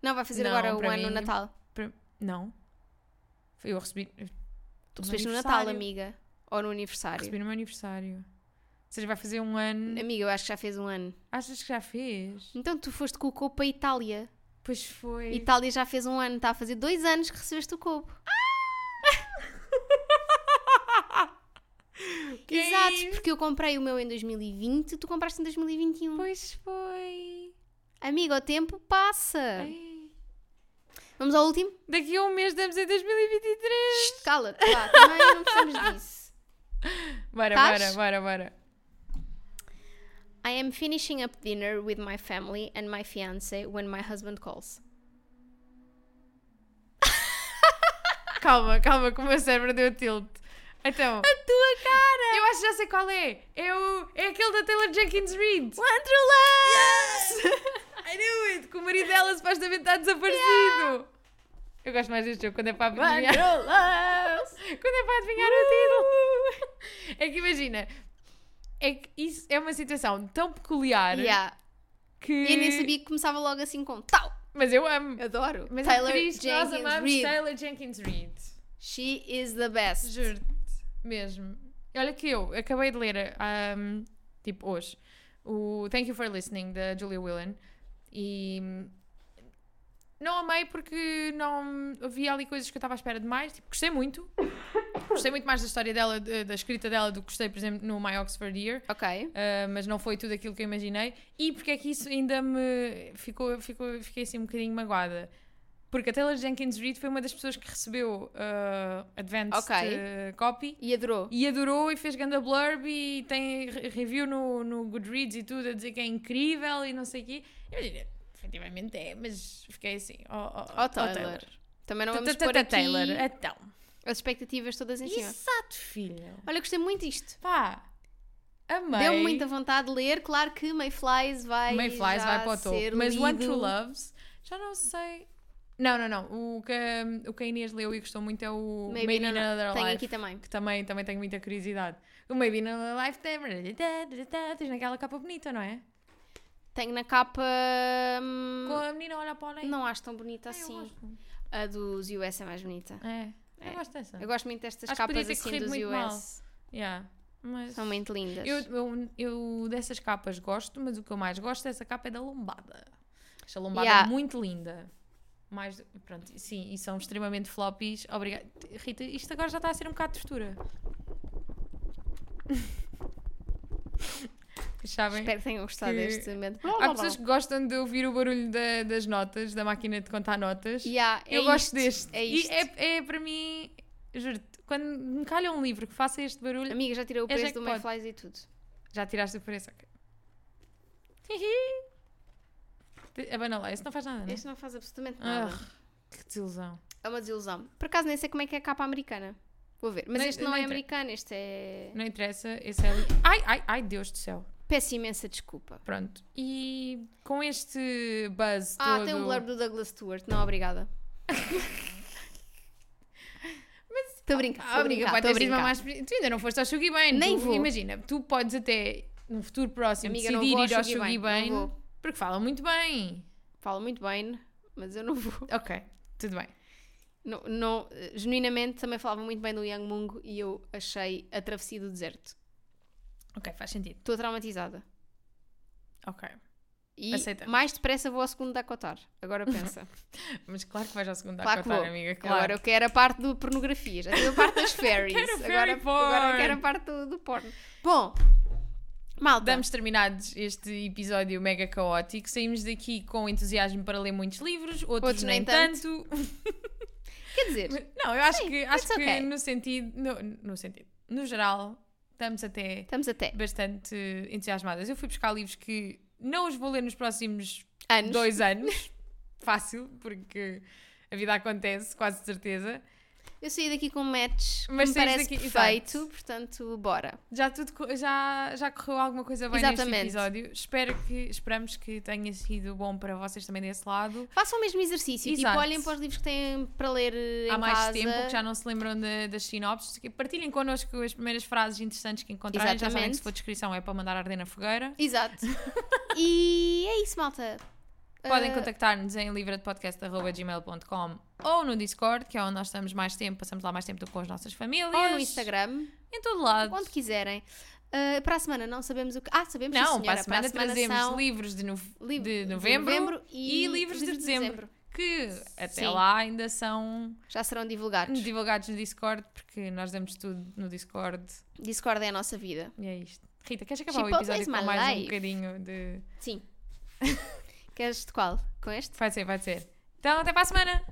Speaker 1: Não, vai fazer
Speaker 2: Não,
Speaker 1: agora o
Speaker 2: para
Speaker 1: ano no
Speaker 2: mim-
Speaker 1: Natal.
Speaker 2: Pra- Não. Foi eu recebi. eu-
Speaker 1: Tu recebeste no Natal,
Speaker 2: aniversário.
Speaker 1: amiga. Ou no aniversário.
Speaker 2: Recebi no meu aniversário. Ou seja, vai fazer um ano.
Speaker 1: Amiga, eu acho que já fez um ano.
Speaker 2: Achas que já fez?
Speaker 1: Então tu foste com o coupo para a Itália.
Speaker 2: Pois foi.
Speaker 1: Itália já fez um ano, está a fazer dois anos que recebeste o coupo.
Speaker 2: Ah! <laughs> que é
Speaker 1: Exato,
Speaker 2: isto?
Speaker 1: porque eu comprei o meu em 2020, tu compraste em 2021.
Speaker 2: Pois foi.
Speaker 1: Amigo, o tempo passa.
Speaker 2: Ai.
Speaker 1: Vamos ao último?
Speaker 2: Daqui a um mês estamos em 2023.
Speaker 1: Shh, Cala-te, vá, também não precisamos disso.
Speaker 2: Bora,
Speaker 1: Tás?
Speaker 2: bora, bora, bora.
Speaker 1: I am finishing up dinner with my family and my fiance when my husband calls.
Speaker 2: Calma, calma, que o meu cérebro deu tilt. Então,
Speaker 1: Tua cara!
Speaker 2: eu acho que já sei qual é. É, o, é aquele da Taylor Jenkins Reid.
Speaker 1: <laughs> Wonderland!
Speaker 2: I knew it! Que o marido dela supostamente está desaparecido. Eu gosto mais deste jogo quando é para adivinhar.
Speaker 1: Wonderland!
Speaker 2: Quando é para adivinhar
Speaker 1: Uh!
Speaker 2: o título. É que imagina. É que isso é uma situação tão peculiar
Speaker 1: yeah.
Speaker 2: que.
Speaker 1: E eu nem sabia que começava logo assim com tal.
Speaker 2: Mas eu amo.
Speaker 1: Adoro.
Speaker 2: Mas é
Speaker 1: Taylor
Speaker 2: por isso que nós
Speaker 1: Jenkins
Speaker 2: amamos
Speaker 1: Reid.
Speaker 2: Taylor Jenkins Reid.
Speaker 1: She is the best.
Speaker 2: Juro-te, mesmo. Olha que eu acabei de ler, ahm, tipo hoje, o Thank You for Listening da Julia Whelan e não amei porque não havia ali coisas que eu estava à espera demais. Tipo, gostei muito, gostei muito mais da história dela, de- da escrita dela, do que gostei, por exemplo, no My Oxford Year.
Speaker 1: Ok.
Speaker 2: ah, mas não foi tudo aquilo que eu imaginei. E porque é que isso ainda me ficou, ficou, fiquei assim um bocadinho magoada? Porque a Taylor Jenkins Reid foi uma das pessoas que recebeu ah, Advanced
Speaker 1: Ok.
Speaker 2: ah, Copy
Speaker 1: E adorou.
Speaker 2: e adorou e fez ganda blurb e tem re- review no, no Goodreads e tudo a dizer que é incrível e não sei o quê. Eu diria, efetivamente é, mas fiquei assim, ó oh,
Speaker 1: Ó, Taylor. Também não vamos pôr aqui
Speaker 2: Taylor, então.
Speaker 1: as expectativas todas em cima.
Speaker 2: Exato, filha.
Speaker 1: Olha, gostei muito disto.
Speaker 2: Pá, amei.
Speaker 1: Deu-me muita vontade de ler. Claro que Mayflies vai
Speaker 2: Mayflies
Speaker 1: já
Speaker 2: é vai para o
Speaker 1: ser
Speaker 2: topo. Mas One
Speaker 1: lido.
Speaker 2: True Loves, já não sei. Não, não, não. O que, a- o que a Inês leu e gostou muito é o Maybe,
Speaker 1: Maybe
Speaker 2: in
Speaker 1: Another-
Speaker 2: Another
Speaker 1: Tenho
Speaker 2: Life.
Speaker 1: aqui também.
Speaker 2: que também, também tenho muita curiosidade. O Maybe Another Life tem- tens naquela capa bonita, não é?
Speaker 1: Tenho na capa... hum,
Speaker 2: Com a menina a olhar para o além.
Speaker 1: Não acho tão bonita
Speaker 2: Ah, eu
Speaker 1: assim.
Speaker 2: gosto.
Speaker 1: A dos US é mais bonita.
Speaker 2: É, eu
Speaker 1: É.
Speaker 2: gosto dessa.
Speaker 1: Eu gosto muito destas
Speaker 2: Acho que podia
Speaker 1: capas
Speaker 2: ter
Speaker 1: assim
Speaker 2: corrido
Speaker 1: dos
Speaker 2: muito mal.
Speaker 1: US.
Speaker 2: Yeah. Mas
Speaker 1: São muito lindas.
Speaker 2: eu, eu, eu dessas capas gosto, mas o que eu mais gosto dessa capa é da lombada. Acho a lombada é
Speaker 1: Yeah.
Speaker 2: muito linda. Mais, do- pronto, sim, e são extremamente floppies. Obrigada. Rita, isto agora já está a ser um bocado de tortura. <laughs> Sabem?
Speaker 1: Espero que tenham gostado
Speaker 2: que-
Speaker 1: deste momento.
Speaker 2: Há pessoas que gostam de ouvir o barulho da- das notas, da máquina de contar notas.
Speaker 1: Yeah, é
Speaker 2: eu gosto
Speaker 1: isto,
Speaker 2: deste.
Speaker 1: É
Speaker 2: E
Speaker 1: isto.
Speaker 2: é, é para mim, juro-te, quando me calha um livro que faça este barulho,
Speaker 1: Amiga, já tirei o
Speaker 2: É
Speaker 1: preço do
Speaker 2: jackpot.
Speaker 1: Mayflies e tudo.
Speaker 2: já tiraste o preço. ok. Te- Abana lá, isso não faz nada, né?
Speaker 1: Este não faz absolutamente nada.
Speaker 2: Ah, que desilusão.
Speaker 1: É uma desilusão. Por acaso nem sei como é que é a capa americana. Vou ver. Mas
Speaker 2: Nem-
Speaker 1: este não,
Speaker 2: nem
Speaker 1: é
Speaker 2: tem.
Speaker 1: americano, este é.
Speaker 2: Não interessa, esse é ali. Ai, ai, ai, Deus do céu.
Speaker 1: Peço imensa desculpa.
Speaker 2: Pronto. E com este buzz
Speaker 1: Ah,
Speaker 2: todo...
Speaker 1: tem um blurb do Douglas Stewart. Não,
Speaker 2: <laughs>
Speaker 1: obrigada. Estou a brincar, estou
Speaker 2: Ah,
Speaker 1: a
Speaker 2: amiga,
Speaker 1: brincar.
Speaker 2: pode
Speaker 1: Estou a
Speaker 2: ter sido uma má
Speaker 1: brincar.
Speaker 2: experiência. Tu ainda não foste ao Shugi Bane.
Speaker 1: Nem
Speaker 2: tu,
Speaker 1: vou.
Speaker 2: Imagina, tu podes até, num futuro próximo,
Speaker 1: Amiga, não
Speaker 2: decidir
Speaker 1: vou ao
Speaker 2: ir ao
Speaker 1: Shugi Bane,
Speaker 2: Shugi
Speaker 1: não
Speaker 2: Bane,
Speaker 1: vou.
Speaker 2: Porque fala muito bem.
Speaker 1: Fala muito bem, mas eu não vou.
Speaker 2: Ok, tudo bem.
Speaker 1: Não, não, eh, genuinamente também falava muito bem do Yang Mung e eu achei a travessia do deserto.
Speaker 2: Ok, faz sentido.
Speaker 1: Estou traumatizada.
Speaker 2: Ok.
Speaker 1: E
Speaker 2: Aceitamos.
Speaker 1: mais depressa vou ao segundo Dakotar.
Speaker 2: <laughs>
Speaker 1: Agora pensa.
Speaker 2: Mas claro que vais ao segundo
Speaker 1: Claro
Speaker 2: claro
Speaker 1: que
Speaker 2: contar,
Speaker 1: vou.
Speaker 2: Tá amiga. Claro.
Speaker 1: Agora eu quero a parte do pornografia. Já tive a parte
Speaker 2: <laughs>
Speaker 1: das fairies.
Speaker 2: Quero
Speaker 1: agora,
Speaker 2: fairy
Speaker 1: agora
Speaker 2: porn.
Speaker 1: quero a parte do, do porno. Bom, malta.
Speaker 2: Damos terminados este episódio mega caótico. Saímos daqui com entusiasmo para ler muitos livros, outros,
Speaker 1: Outros
Speaker 2: nem,
Speaker 1: nem
Speaker 2: tanto.
Speaker 1: Quer dizer,
Speaker 2: <laughs> Não, eu acho que, acho
Speaker 1: it's okay.
Speaker 2: que no sentido, no, no sentido, no geral, estamos até
Speaker 1: estamos até
Speaker 2: bastante entusiasmadas. Eu fui buscar livros que não os vou ler nos próximos
Speaker 1: anos. <laughs>
Speaker 2: dois anos. Fácil, porque a vida acontece, quase de certeza.
Speaker 1: Eu saí daqui com match. Mas
Speaker 2: Mas
Speaker 1: me
Speaker 2: saímos
Speaker 1: parece
Speaker 2: daqui-
Speaker 1: perfeito.
Speaker 2: exato.
Speaker 1: Portanto, bora.
Speaker 2: Já, tudo, co- já, já correu alguma coisa bem
Speaker 1: Exatamente.
Speaker 2: neste episódio. Espero que, esperamos que tenha sido bom para vocês também desse lado.
Speaker 1: Façam o mesmo exercício.
Speaker 2: Exato.
Speaker 1: Tipo, olhem para os livros que têm para ler eh, em
Speaker 2: Há mais
Speaker 1: casa.
Speaker 2: tempo que já não se lembram da- das sinopses. Que Partilhem connosco as primeiras frases interessantes que encontrarem. Já sabem que
Speaker 1: Exatamente.
Speaker 2: se for descrição é para mandar arder na fogueira. <laughs>
Speaker 1: Exato. e é isso, malta.
Speaker 2: Podem
Speaker 1: Ah,
Speaker 2: contactar-nos em livradepodcast.gmail.com ou no Discord, que é onde nós estamos mais tempo, passamos lá mais tempo do que com as nossas famílias.
Speaker 1: Ou no Instagram,
Speaker 2: Em todo lado.
Speaker 1: onde quiserem. Ah, para a semana não sabemos o que. Ah, sabemos sim,
Speaker 2: Não,
Speaker 1: senhora.
Speaker 2: para a semana, trazemos
Speaker 1: são
Speaker 2: livros de, nov-
Speaker 1: liv-
Speaker 2: de novembro,
Speaker 1: e,
Speaker 2: livros de dezembro. que até
Speaker 1: Sim.
Speaker 2: lá ainda são
Speaker 1: Já serão divulgados.
Speaker 2: divulgados no Discord, porque nós damos tudo no Discord.
Speaker 1: Discord é a nossa vida.
Speaker 2: E é isto. Rita, queres acabar
Speaker 1: Chipotle
Speaker 2: o
Speaker 1: is
Speaker 2: episódio com
Speaker 1: my
Speaker 2: mais um
Speaker 1: life.
Speaker 2: bocadinho de.
Speaker 1: Sim. <laughs> Queres de qual? Com este?
Speaker 2: Vai ser, vai ser. Então, até para a semana!